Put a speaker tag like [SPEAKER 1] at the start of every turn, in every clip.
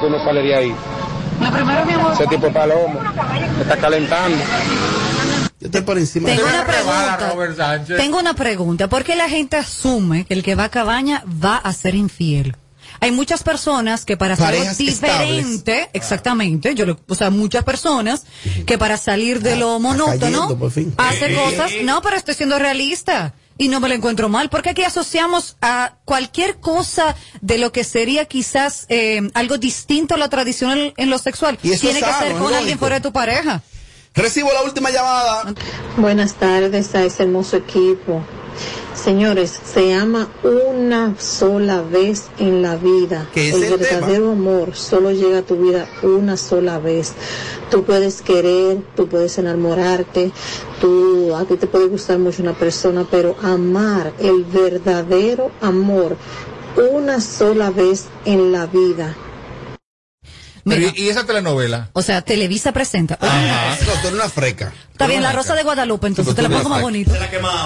[SPEAKER 1] tú no sales de ahí. Ese tipo de palomo. Te está calentando.
[SPEAKER 2] Yo estoy por encima
[SPEAKER 3] Tengo
[SPEAKER 2] de
[SPEAKER 3] una pregunta.
[SPEAKER 4] Robert Sánchez.
[SPEAKER 3] Tengo una pregunta. ¿Por qué la gente asume que el que va a cabaña va a ser infiel? Hay muchas personas que para ser
[SPEAKER 2] Parejas
[SPEAKER 3] diferente, exactamente, yo lo- o sea, muchas personas que para salir de lo monótono
[SPEAKER 2] Ah, cayendo, por fin.
[SPEAKER 3] hace cosas, no, pero estoy siendo realista y no me lo encuentro mal, porque aquí asociamos a cualquier cosa de lo que sería quizás eh, algo distinto a lo tradicional en lo sexual.
[SPEAKER 2] Y eso
[SPEAKER 3] Tiene
[SPEAKER 2] es
[SPEAKER 3] que
[SPEAKER 2] sano,
[SPEAKER 3] ser
[SPEAKER 2] es
[SPEAKER 3] con alguien
[SPEAKER 2] lógico.
[SPEAKER 3] fuera de tu pareja.
[SPEAKER 2] Recibo la última llamada.
[SPEAKER 5] Buenas tardes a ese hermoso equipo. Señores, se ama una sola vez en la vida.
[SPEAKER 2] Que es
[SPEAKER 5] el,
[SPEAKER 2] el tema.
[SPEAKER 5] verdadero amor solo llega a tu vida una sola vez. Tú puedes querer, tú puedes enamorarte, tú a ti te puede gustar mucho una persona, pero amar el verdadero amor una sola vez en la vida.
[SPEAKER 3] Mira,
[SPEAKER 4] Pero, ¿Y y esa telenovela?
[SPEAKER 3] o sea, Televisa presenta.
[SPEAKER 2] No, tú eres una freca.
[SPEAKER 3] Está bien, la rosa de Guadalupe, entonces te la pongo más bonita.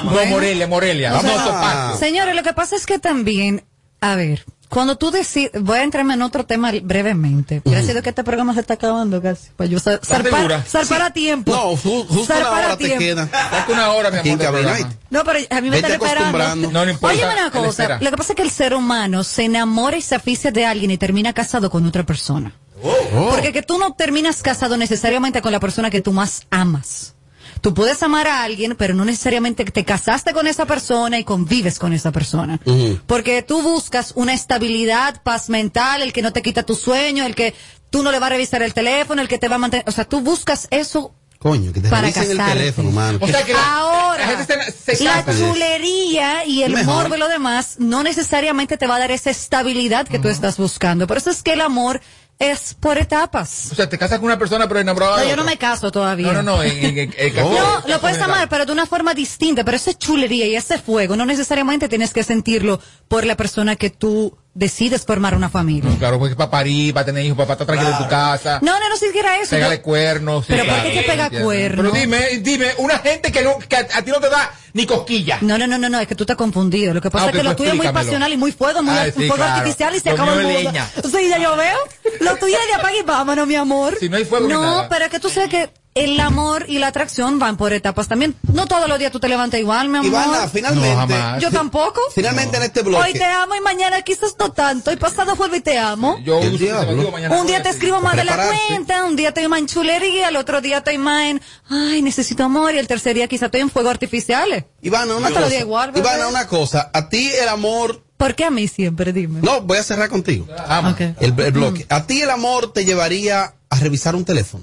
[SPEAKER 4] No, Morelia, Morelia.
[SPEAKER 2] O sea,
[SPEAKER 4] Vamos a
[SPEAKER 2] Ah.
[SPEAKER 4] topar.
[SPEAKER 3] Señores, lo que pasa es que también, a ver, cuando tú decides, voy a entrarme en otro tema brevemente. Gracias a Dios que este programa se está acabando casi. Pues yo zar-
[SPEAKER 4] segura?
[SPEAKER 3] zarpar, zarpar a tiempo.
[SPEAKER 2] No, ju- justo
[SPEAKER 3] Zarpar
[SPEAKER 2] una
[SPEAKER 3] a
[SPEAKER 2] hora te
[SPEAKER 3] tiempo.
[SPEAKER 2] queda.
[SPEAKER 4] Saca una hora, mi
[SPEAKER 2] Aquí en
[SPEAKER 4] amor. de
[SPEAKER 2] cabina,
[SPEAKER 4] programa.
[SPEAKER 2] ¿viste?
[SPEAKER 3] No, pero a mí me
[SPEAKER 2] Vete
[SPEAKER 3] están
[SPEAKER 2] acostumbrando.
[SPEAKER 3] esperando.
[SPEAKER 4] No, no importa,
[SPEAKER 3] Óyeme
[SPEAKER 4] él
[SPEAKER 3] una cosa.
[SPEAKER 4] espera.
[SPEAKER 3] Lo que pasa es que el ser humano se enamora y se aficia de alguien y termina casado con otra persona.
[SPEAKER 4] Oh.
[SPEAKER 3] Porque que tú no terminas casado necesariamente con la persona que tú más amas. Tú puedes amar a alguien, pero no necesariamente te casaste con esa persona y convives con esa persona. Porque tú buscas una estabilidad, paz mental, el que no te quita tu sueño, el que tú no le vas a revisar el teléfono, el que te va a mantener. O sea, tú buscas eso
[SPEAKER 2] Coño, que te
[SPEAKER 3] Para
[SPEAKER 2] revisen el
[SPEAKER 3] casarte.
[SPEAKER 2] teléfono, mano.
[SPEAKER 4] O sea que la-
[SPEAKER 3] Ahora,
[SPEAKER 4] la gente se- se
[SPEAKER 3] la
[SPEAKER 4] casa.
[SPEAKER 3] chulería y el
[SPEAKER 2] Mejor.
[SPEAKER 3] morbo y lo demás no necesariamente te va a dar esa estabilidad que tú estás buscando. Por eso es que el amor es por etapas.
[SPEAKER 4] O sea, te casas con una persona pero enamorada.
[SPEAKER 3] No,
[SPEAKER 4] de
[SPEAKER 3] yo no
[SPEAKER 4] otra.
[SPEAKER 3] me caso todavía.
[SPEAKER 4] No, no, no. En, en- en- en-
[SPEAKER 3] No,
[SPEAKER 4] en-
[SPEAKER 3] lo puedes
[SPEAKER 4] en-
[SPEAKER 3] amar, pero de una forma distinta. Pero esa chulería y ese fuego no necesariamente tienes que sentirlo por la persona que tú decides formar una familia.
[SPEAKER 4] No, Claro, porque para parir, para tener hijos, para estar tranquilo en tu casa.
[SPEAKER 3] No, no, no siquiera eso.
[SPEAKER 4] Pégale
[SPEAKER 3] Yo-
[SPEAKER 4] cuernos. sí,
[SPEAKER 3] Pero ¿por
[SPEAKER 4] claro.
[SPEAKER 3] qué te pega
[SPEAKER 4] Entiendo.
[SPEAKER 3] cuernos?
[SPEAKER 4] Pero dime, Eh, dime, una gente que, no, que a, a ti no te da ni cosquilla.
[SPEAKER 3] No, no, no, no, no, es que tú estás confundido. Lo que pasa
[SPEAKER 4] Ah,
[SPEAKER 3] es que
[SPEAKER 4] ok,
[SPEAKER 3] lo
[SPEAKER 4] pues
[SPEAKER 3] tuyo es muy
[SPEAKER 4] explícamelo.
[SPEAKER 3] pasional y muy fuego, muy
[SPEAKER 4] Ah,
[SPEAKER 3] ar-
[SPEAKER 4] sí,
[SPEAKER 3] fuego
[SPEAKER 4] claro.
[SPEAKER 3] artificial y se
[SPEAKER 4] Lo
[SPEAKER 3] acaba
[SPEAKER 4] mío
[SPEAKER 3] el
[SPEAKER 4] es
[SPEAKER 3] mundo.
[SPEAKER 4] leña.
[SPEAKER 3] Sí, ya yo veo. Lo tuyo es de apague y vámonos, mi amor.
[SPEAKER 4] Si no hay fuego, ni
[SPEAKER 3] No,
[SPEAKER 4] nada.
[SPEAKER 3] pero es que tú sabes que el amor y la atracción van por etapas también. No todos los días tú te levantas igual, mi amor.
[SPEAKER 2] Ivana,
[SPEAKER 4] No,
[SPEAKER 2] ah, finalmente.
[SPEAKER 4] jamás.
[SPEAKER 3] yo tampoco.
[SPEAKER 2] Finalmente en este
[SPEAKER 3] Hoy
[SPEAKER 2] bloque.
[SPEAKER 3] te amo y mañana quizás no tanto. Y pasado vuelvo y te amo.
[SPEAKER 4] Yo
[SPEAKER 2] El
[SPEAKER 4] uso
[SPEAKER 2] diablo.
[SPEAKER 4] preservativo, mañana
[SPEAKER 3] Un día
[SPEAKER 4] no,
[SPEAKER 3] te
[SPEAKER 4] sí.
[SPEAKER 3] escribo más de la
[SPEAKER 2] prepararte.
[SPEAKER 3] cuenta, un día estoy más en chulería, el otro día estoy más en, ay, necesito amor, y el tercer día quizás estoy en fuegos artificiales.
[SPEAKER 2] Ivana, una
[SPEAKER 3] No te lo
[SPEAKER 2] cosa.
[SPEAKER 3] digo igual, bebé.
[SPEAKER 2] Ivana, una cosa. A ti el amor.
[SPEAKER 3] ¿Por qué a mí siempre? Dime. Ah,
[SPEAKER 2] No, voy a cerrar contigo.
[SPEAKER 4] Ama.
[SPEAKER 3] Ok. Mm.
[SPEAKER 2] El, el bloque. A ti el amor te llevaría a revisar un teléfono.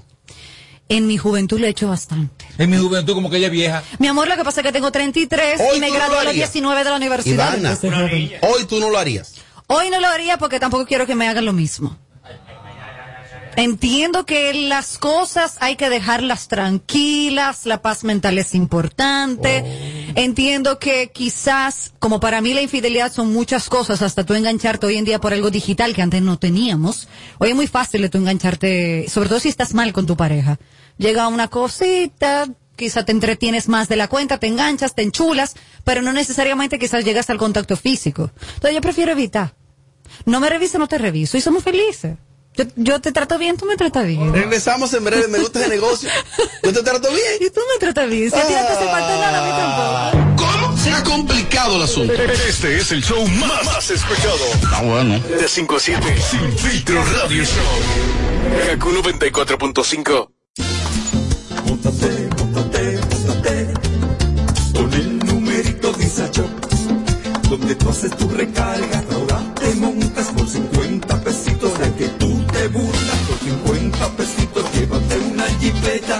[SPEAKER 3] En mi juventud lo he hecho bastante.
[SPEAKER 4] En mi juventud, como que ella es vieja.
[SPEAKER 3] Mi amor, lo que pasa es que tengo 33
[SPEAKER 2] Hoy
[SPEAKER 3] y me
[SPEAKER 2] tú no
[SPEAKER 3] gradué
[SPEAKER 2] lo
[SPEAKER 3] a los
[SPEAKER 2] harías.
[SPEAKER 3] 19 de la universidad.
[SPEAKER 2] Ivana,
[SPEAKER 3] entonces, joven.
[SPEAKER 2] hoy tú no lo harías.
[SPEAKER 3] Hoy no lo haría porque tampoco quiero que me hagan lo mismo. Entiendo que las cosas hay que dejarlas tranquilas, la paz mental es importante. Entiendo que quizás, como para mí la infidelidad son muchas cosas, hasta tú engancharte hoy en día por algo digital que antes no teníamos. Hoy es muy fácil de tú engancharte, sobre todo si estás mal con tu pareja. Llega una cosita, quizá te entretienes más de la cuenta, te enganchas, te enchulas, pero no necesariamente quizás llegas al contacto físico. Entonces yo prefiero evitar. No me reviso, no te reviso. Y somos felices. Yo, yo te trato bien, tú me tratas bien.
[SPEAKER 2] Regresamos en breve. Me gusta ese negocio. Ah. Yo te trato bien.
[SPEAKER 3] Y tú me tratas bien. Si a ti no te hace falta nada, a mí tampoco.
[SPEAKER 2] ¿Cómo? Se ha complicado el asunto.
[SPEAKER 6] Este es el show más, más escuchado.
[SPEAKER 2] Ah, bueno.
[SPEAKER 6] De 5 a 7. Sin filtro radio show. Kaku 94.5.
[SPEAKER 7] Móntate, móntate, móntate Con el numerito Visa Shop Donde tú haces tu recarga Ahora te montas por 50 pesitos De que tú te burlas Por 50 pesitos Llévate una jipeta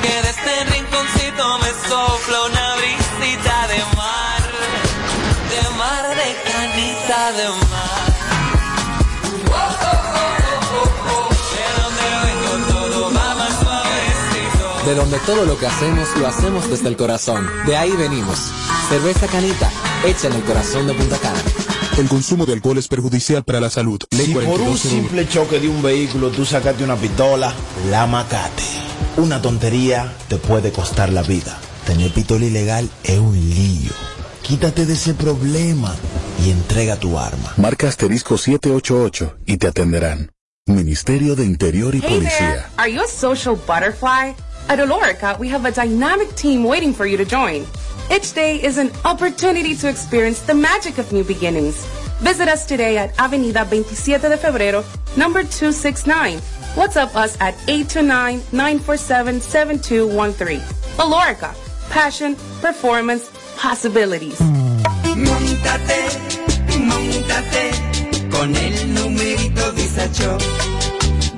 [SPEAKER 8] Que de este rinconcito me sopla una brisita de mar. De mar, de canita, de mar. Oh, oh, oh, oh, oh, oh. De donde vengo todo va más suavecito.
[SPEAKER 9] De donde todo lo que hacemos lo hacemos desde el corazón. De ahí venimos. Cerveza Canita, hecha en el corazón de Punta Cana.
[SPEAKER 10] El consumo de alcohol es perjudicial para la salud. Ley
[SPEAKER 11] Si por un
[SPEAKER 10] 4201.
[SPEAKER 11] simple choque de un vehículo tú sacaste una pistola, la macate. Una tontería te puede costar la vida. Tener pistola ilegal es un lío. Quítate de ese problema y entrega tu arma.
[SPEAKER 12] Marca asterisco 788 y te atenderán. Ministerio de Interior y
[SPEAKER 13] Hey
[SPEAKER 12] Policía.
[SPEAKER 13] there, are you a social butterfly? At Olorica, we have a dynamic team waiting for you to join. Each day is an opportunity to experience the magic of new beginnings. Visit us today at Avenida 27 de Febrero, number 269. WhatsApp us at 829-947-7213. Olorica, passion, performance, possibilities.
[SPEAKER 7] Montate, montate con el numerito Disacho.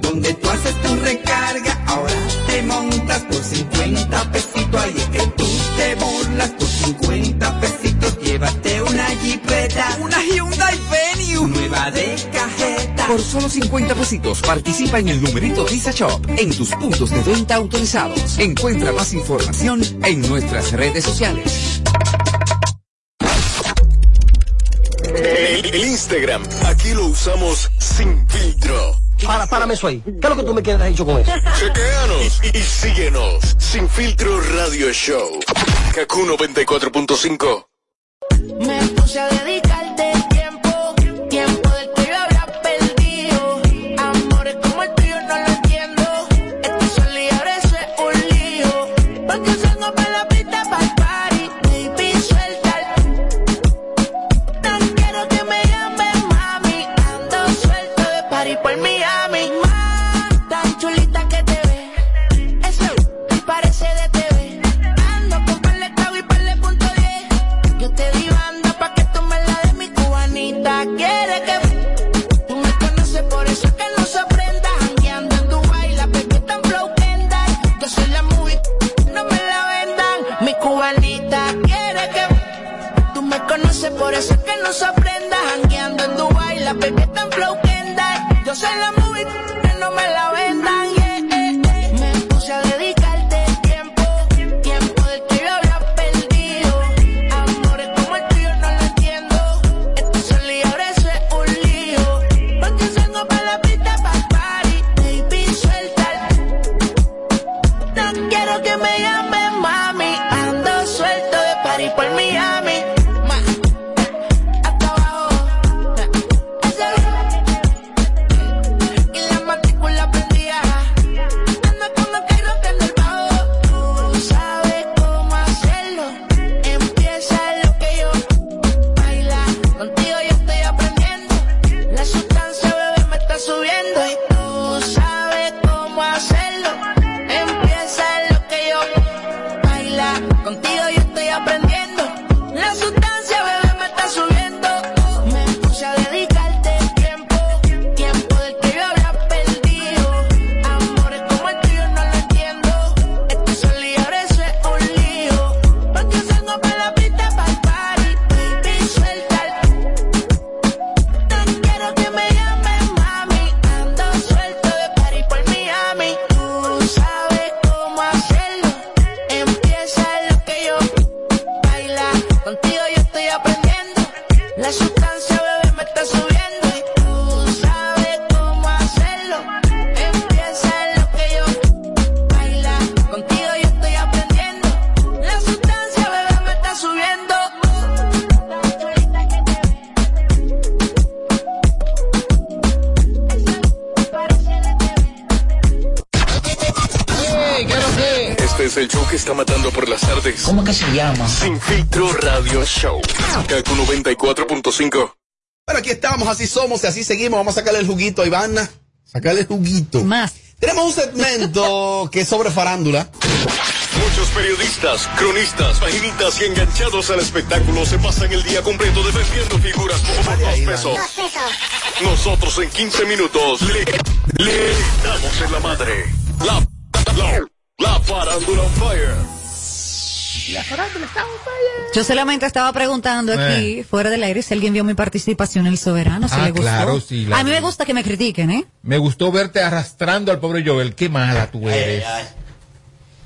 [SPEAKER 7] Donde tú haces tu recarga, ahora te montas por 50 pesitos. Ahí es que tú te burlas por 50 pesitos. Llévate una jipeta, una Hyundai Venue, nueva de cajeta.
[SPEAKER 14] Por solo 50 pesitos participa en el numerito Visa Shop en tus puntos de venta autorizados. Encuentra más información en nuestras redes sociales.
[SPEAKER 6] El, el Instagram, aquí lo usamos sin filtro.
[SPEAKER 15] Para, párame eso ahí. ¿Qué es lo que tú me quieres hecho con eso?
[SPEAKER 6] Chequeanos y, y síguenos. Sin filtro radio show. Kaku 94.5.
[SPEAKER 1] Me puse a dedicarte tiempo, tiempo del que yo habría perdido. Amores como el tuyo no lo entiendo. Estoy sola y ahora eso es un lío. Porque salgo para la pista para el party, baby, suelta. No quiero que me llamen mami, ando suelto de party por Miami. Man, tan chulita que te ve, eso parece de TV. Ando con par de trago y par de punto 10. Yo te di banda pa' que tú me la des, mi cubanita. Quiere que tú me conoces, por eso es que no se prenda. Jangueando en Dubai, la pequeña tan flow Kendall. Yo soy la movie, no me la vendan. Mi cubanita quiere que tú me conoces, por eso es que no se prenda. Jangueando en Dubai, la pequeña tan flow Kendall. Yo soy la movie, no me la vendan. yeah, yeah, yeah. Me puse a dedicarte tiempo, tiempo del que yo habría perdido. Amores como el tuyo no lo entiendo. Estoy sola y ahora eso es un lío. Porque salgo para la pista para party, baby, suelta. No quiero que me llamen mami. Ando suelto de party por Miami. Ma, Hasta abajo. Esa y la matrícula prendía. Ando con los Cairo que en el bajo. Tú sabes cómo hacerlo. Empieza lo que yo baila. Contigo yo estoy aprendiendo. La sustancia, bebé, me está subiendo. Y tú sabes cómo hacerlo. Empieza lo que yo baila. Contigo yo estoy aprendiendo. La sustancia, bebé, me está subiendo. Me puse a dedicarte tiempo, tiempo del que yo habría perdido. Amores como el tuyo no lo entiendo. Estoy sola y ahora eso es un lío. Porque salgo para la pista para el party, baby, suelta. No quiero que me llamen mami, ando suelto de party por Miami. Tú sabes cómo hacerlo, empieza lo que yo baila. Contigo yo estoy aprendiendo, la sustancia bebé me está subiendo y tú sabes cómo hacerlo. Empieza lo que yo baila, contigo yo estoy aprendiendo, la sustancia bebé me está subiendo.
[SPEAKER 6] Este es el show que está matando por las tardes. ¿Cómo que se llama? Sin filtro radio show. Kaku 94.5.
[SPEAKER 2] Bueno, aquí estamos, así somos y así seguimos. Vamos a sacarle el juguito a Ivana. Sacarle el juguito.
[SPEAKER 3] Más.
[SPEAKER 2] Tenemos un segmento que es sobre farándula.
[SPEAKER 6] Muchos periodistas, cronistas, vaginitas y enganchados al espectáculo se pasan el día completo defendiendo figuras por por dos pesos. Nosotros en 15 minutos le, le damos en la madre. La, la, la farándula on fire.
[SPEAKER 3] Yo solamente estaba preguntando aquí, fuera del aire, si alguien vio mi participación en El Soberano, si
[SPEAKER 4] Eh. Ah,
[SPEAKER 3] le gustó.
[SPEAKER 4] claro, sí, la
[SPEAKER 3] a mí
[SPEAKER 4] vi.
[SPEAKER 3] me gusta que me critiquen, ¿eh?
[SPEAKER 4] Me gustó verte arrastrando al pobre Joel. Qué mala tú eres.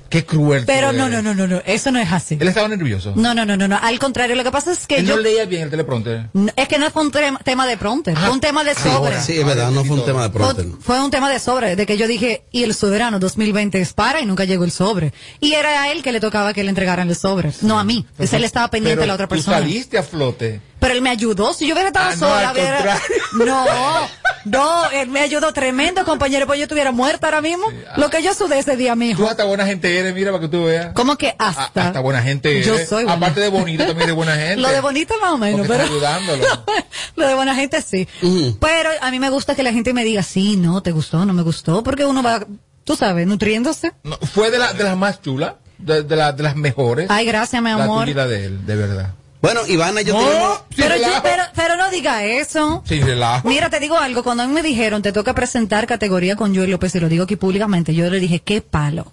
[SPEAKER 4] Qué cruel. tú
[SPEAKER 3] Pero no,
[SPEAKER 4] eres.
[SPEAKER 3] no, no, no, no, eso no es así.
[SPEAKER 4] Él estaba nervioso.
[SPEAKER 3] No, no, no, no, no, al contrario, lo que pasa es que
[SPEAKER 4] Él
[SPEAKER 3] yo...
[SPEAKER 4] no leía bien el teleprompter.
[SPEAKER 3] No, Es que no fue un tema tema de pronto,
[SPEAKER 4] Ah,
[SPEAKER 3] fue un tema de sobre.
[SPEAKER 2] Sí, es verdad, no fue un tema de pronto.
[SPEAKER 3] Fue un tema de sobre, de que yo dije, y el soberano 2020 es para y nunca llegó el sobre. Y era a él que le tocaba que le entregaran el sobre, no a mí. Entonces él estaba pendiente
[SPEAKER 4] Pero
[SPEAKER 3] de la otra
[SPEAKER 4] tú
[SPEAKER 3] persona.
[SPEAKER 4] saliste a flote.
[SPEAKER 3] Pero él me ayudó. Si yo hubiera estado
[SPEAKER 4] Ah, no,
[SPEAKER 3] sola,
[SPEAKER 4] al
[SPEAKER 3] hubiera-
[SPEAKER 4] contrario.
[SPEAKER 3] No, no, él me ayudó tremendo, compañero, pues yo estuviera muerta ahora mismo. Lo que yo sudé ese día, mijo.
[SPEAKER 4] ah. Tú hasta buena gente eres, mira, para que tú veas.
[SPEAKER 3] ¿Cómo que hasta?
[SPEAKER 4] Hasta buena gente eres.
[SPEAKER 3] Yo soy buena.
[SPEAKER 4] Aparte de bonita, también eres buena gente.
[SPEAKER 3] Lo de bonita más o menos,
[SPEAKER 4] Porque
[SPEAKER 3] pero...
[SPEAKER 4] estás ayudándolo. Uh-huh.
[SPEAKER 3] Lo de buena gente sí. Pero a mí me gusta que la gente me diga, sí, no, te gustó, no me gustó, porque uno va, tú sabes, nutriéndose.
[SPEAKER 4] No, fue de, la- de las más chulas, de, de la- de las mejores.
[SPEAKER 3] Ay, gracias, mi amor.
[SPEAKER 4] La tuya y la de él, de verdad.
[SPEAKER 2] Bueno, Ivana, yo
[SPEAKER 4] no,
[SPEAKER 2] tengo-
[SPEAKER 4] sin
[SPEAKER 3] Pero, yo-
[SPEAKER 4] relajo,
[SPEAKER 3] pero, pero no diga eso.
[SPEAKER 4] sin relajo.
[SPEAKER 3] Mira, te digo algo, cuando a mí me dijeron, te toca presentar categoría con Joel López, y lo digo aquí públicamente, yo le dije, qué palo.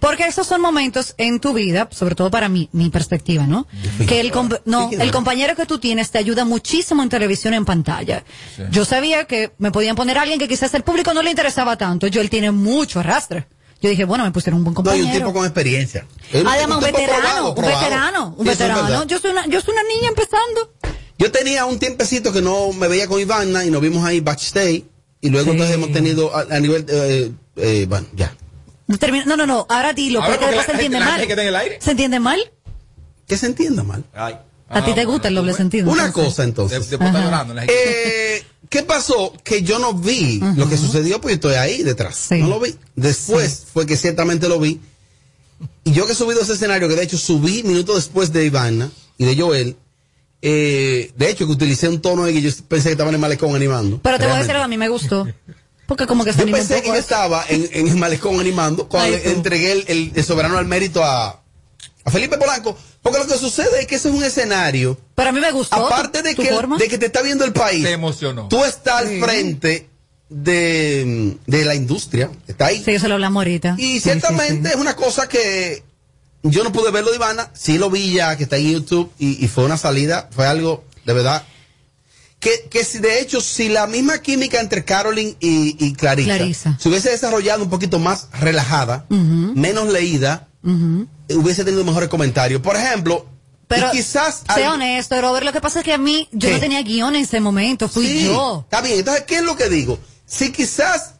[SPEAKER 3] Porque esos son momentos en tu vida, sobre todo para mí, mi perspectiva, ¿no? Que el, com- no, el compañero que tú tienes te ayuda muchísimo en televisión, en pantalla. Yo sabía que me podían poner a alguien que quizás al público no le interesaba tanto. Joel tiene mucho arrastre. Yo dije, bueno, me pusieron un buen
[SPEAKER 2] No, y
[SPEAKER 3] compañero.
[SPEAKER 2] un tipo con experiencia. Es
[SPEAKER 3] Además, un
[SPEAKER 2] tipo
[SPEAKER 3] veterano,
[SPEAKER 2] probado,
[SPEAKER 3] un
[SPEAKER 2] probado.
[SPEAKER 3] veterano, un
[SPEAKER 2] Sí, eso es
[SPEAKER 3] veterano.
[SPEAKER 2] verdad.
[SPEAKER 3] yo, soy una, yo soy una niña empezando.
[SPEAKER 2] Yo tenía un tiempecito que no me veía con Ivana y nos vimos ahí backstage. Y luego entonces hemos tenido a, a nivel. eh, eh, bueno, ya.
[SPEAKER 3] Termina- no, no, no, ahora dilo,
[SPEAKER 2] Ahora,
[SPEAKER 3] porque
[SPEAKER 2] Ah, porque
[SPEAKER 3] después
[SPEAKER 2] la
[SPEAKER 3] se entiende
[SPEAKER 2] gente- la
[SPEAKER 3] mal.
[SPEAKER 2] gente queda en el aire.
[SPEAKER 3] ¿Se entiende mal?
[SPEAKER 2] Que se entienda mal. Ah,
[SPEAKER 3] ¿A ti te gusta el doble sentido?
[SPEAKER 2] Una
[SPEAKER 3] entonces?
[SPEAKER 2] cosa entonces.
[SPEAKER 3] Ajá.
[SPEAKER 2] Eh, ¿Qué pasó? Que yo no vi lo que sucedió, pues yo estoy ahí detrás. No lo vi. Después fue que ciertamente lo vi. Y yo que he subido ese escenario, que de hecho subí minutos después de Ivana y de Joel. eh, de hecho, que utilicé un tono de que yo pensé que estaba en el malecón animando.
[SPEAKER 3] Pero te voy a
[SPEAKER 2] Realmente.
[SPEAKER 3] decir algo, a mí me gustó. Porque como que se
[SPEAKER 2] Yo
[SPEAKER 3] animó un
[SPEAKER 2] pensé que
[SPEAKER 3] poco.
[SPEAKER 2] yo estaba en, en el malecón animando cuando
[SPEAKER 3] Ay,
[SPEAKER 2] le entregué el, el- el soberano al mérito a, a Felipe Polanco. Porque lo que sucede es que ese es un escenario.
[SPEAKER 3] Pero a mí me gustó
[SPEAKER 2] Aparte de
[SPEAKER 3] tu
[SPEAKER 2] que,
[SPEAKER 3] forma.
[SPEAKER 2] de que te está viendo el país.
[SPEAKER 4] Te emocionó.
[SPEAKER 2] Tú estás
[SPEAKER 3] Sí.
[SPEAKER 2] al frente de, de la industria. Está ahí.
[SPEAKER 3] Sí, eso lo hablamos ahorita.
[SPEAKER 2] Y ciertamente es una cosa que yo no pude verlo de Ivana. Sí lo vi ya, que está en YouTube. Y, y fue una salida. Fue algo de verdad. Que, que si de hecho, si la misma química entre Carolyn y, y Clarisa,
[SPEAKER 3] Clarisa.
[SPEAKER 2] se hubiese desarrollado un poquito más relajada,
[SPEAKER 3] Ujú.
[SPEAKER 2] menos leída,
[SPEAKER 3] Ujú.
[SPEAKER 2] eh, hubiese tenido mejores comentarios. Por ejemplo,
[SPEAKER 3] Pero
[SPEAKER 2] y quizás.
[SPEAKER 3] Sé
[SPEAKER 2] al-
[SPEAKER 3] honesto, Robert, lo que pasa es que a mí, yo no tenía guión en ese momento, fui
[SPEAKER 2] Sí,
[SPEAKER 3] yo.
[SPEAKER 2] Está bien, entonces, ¿qué es lo que digo? Si quizás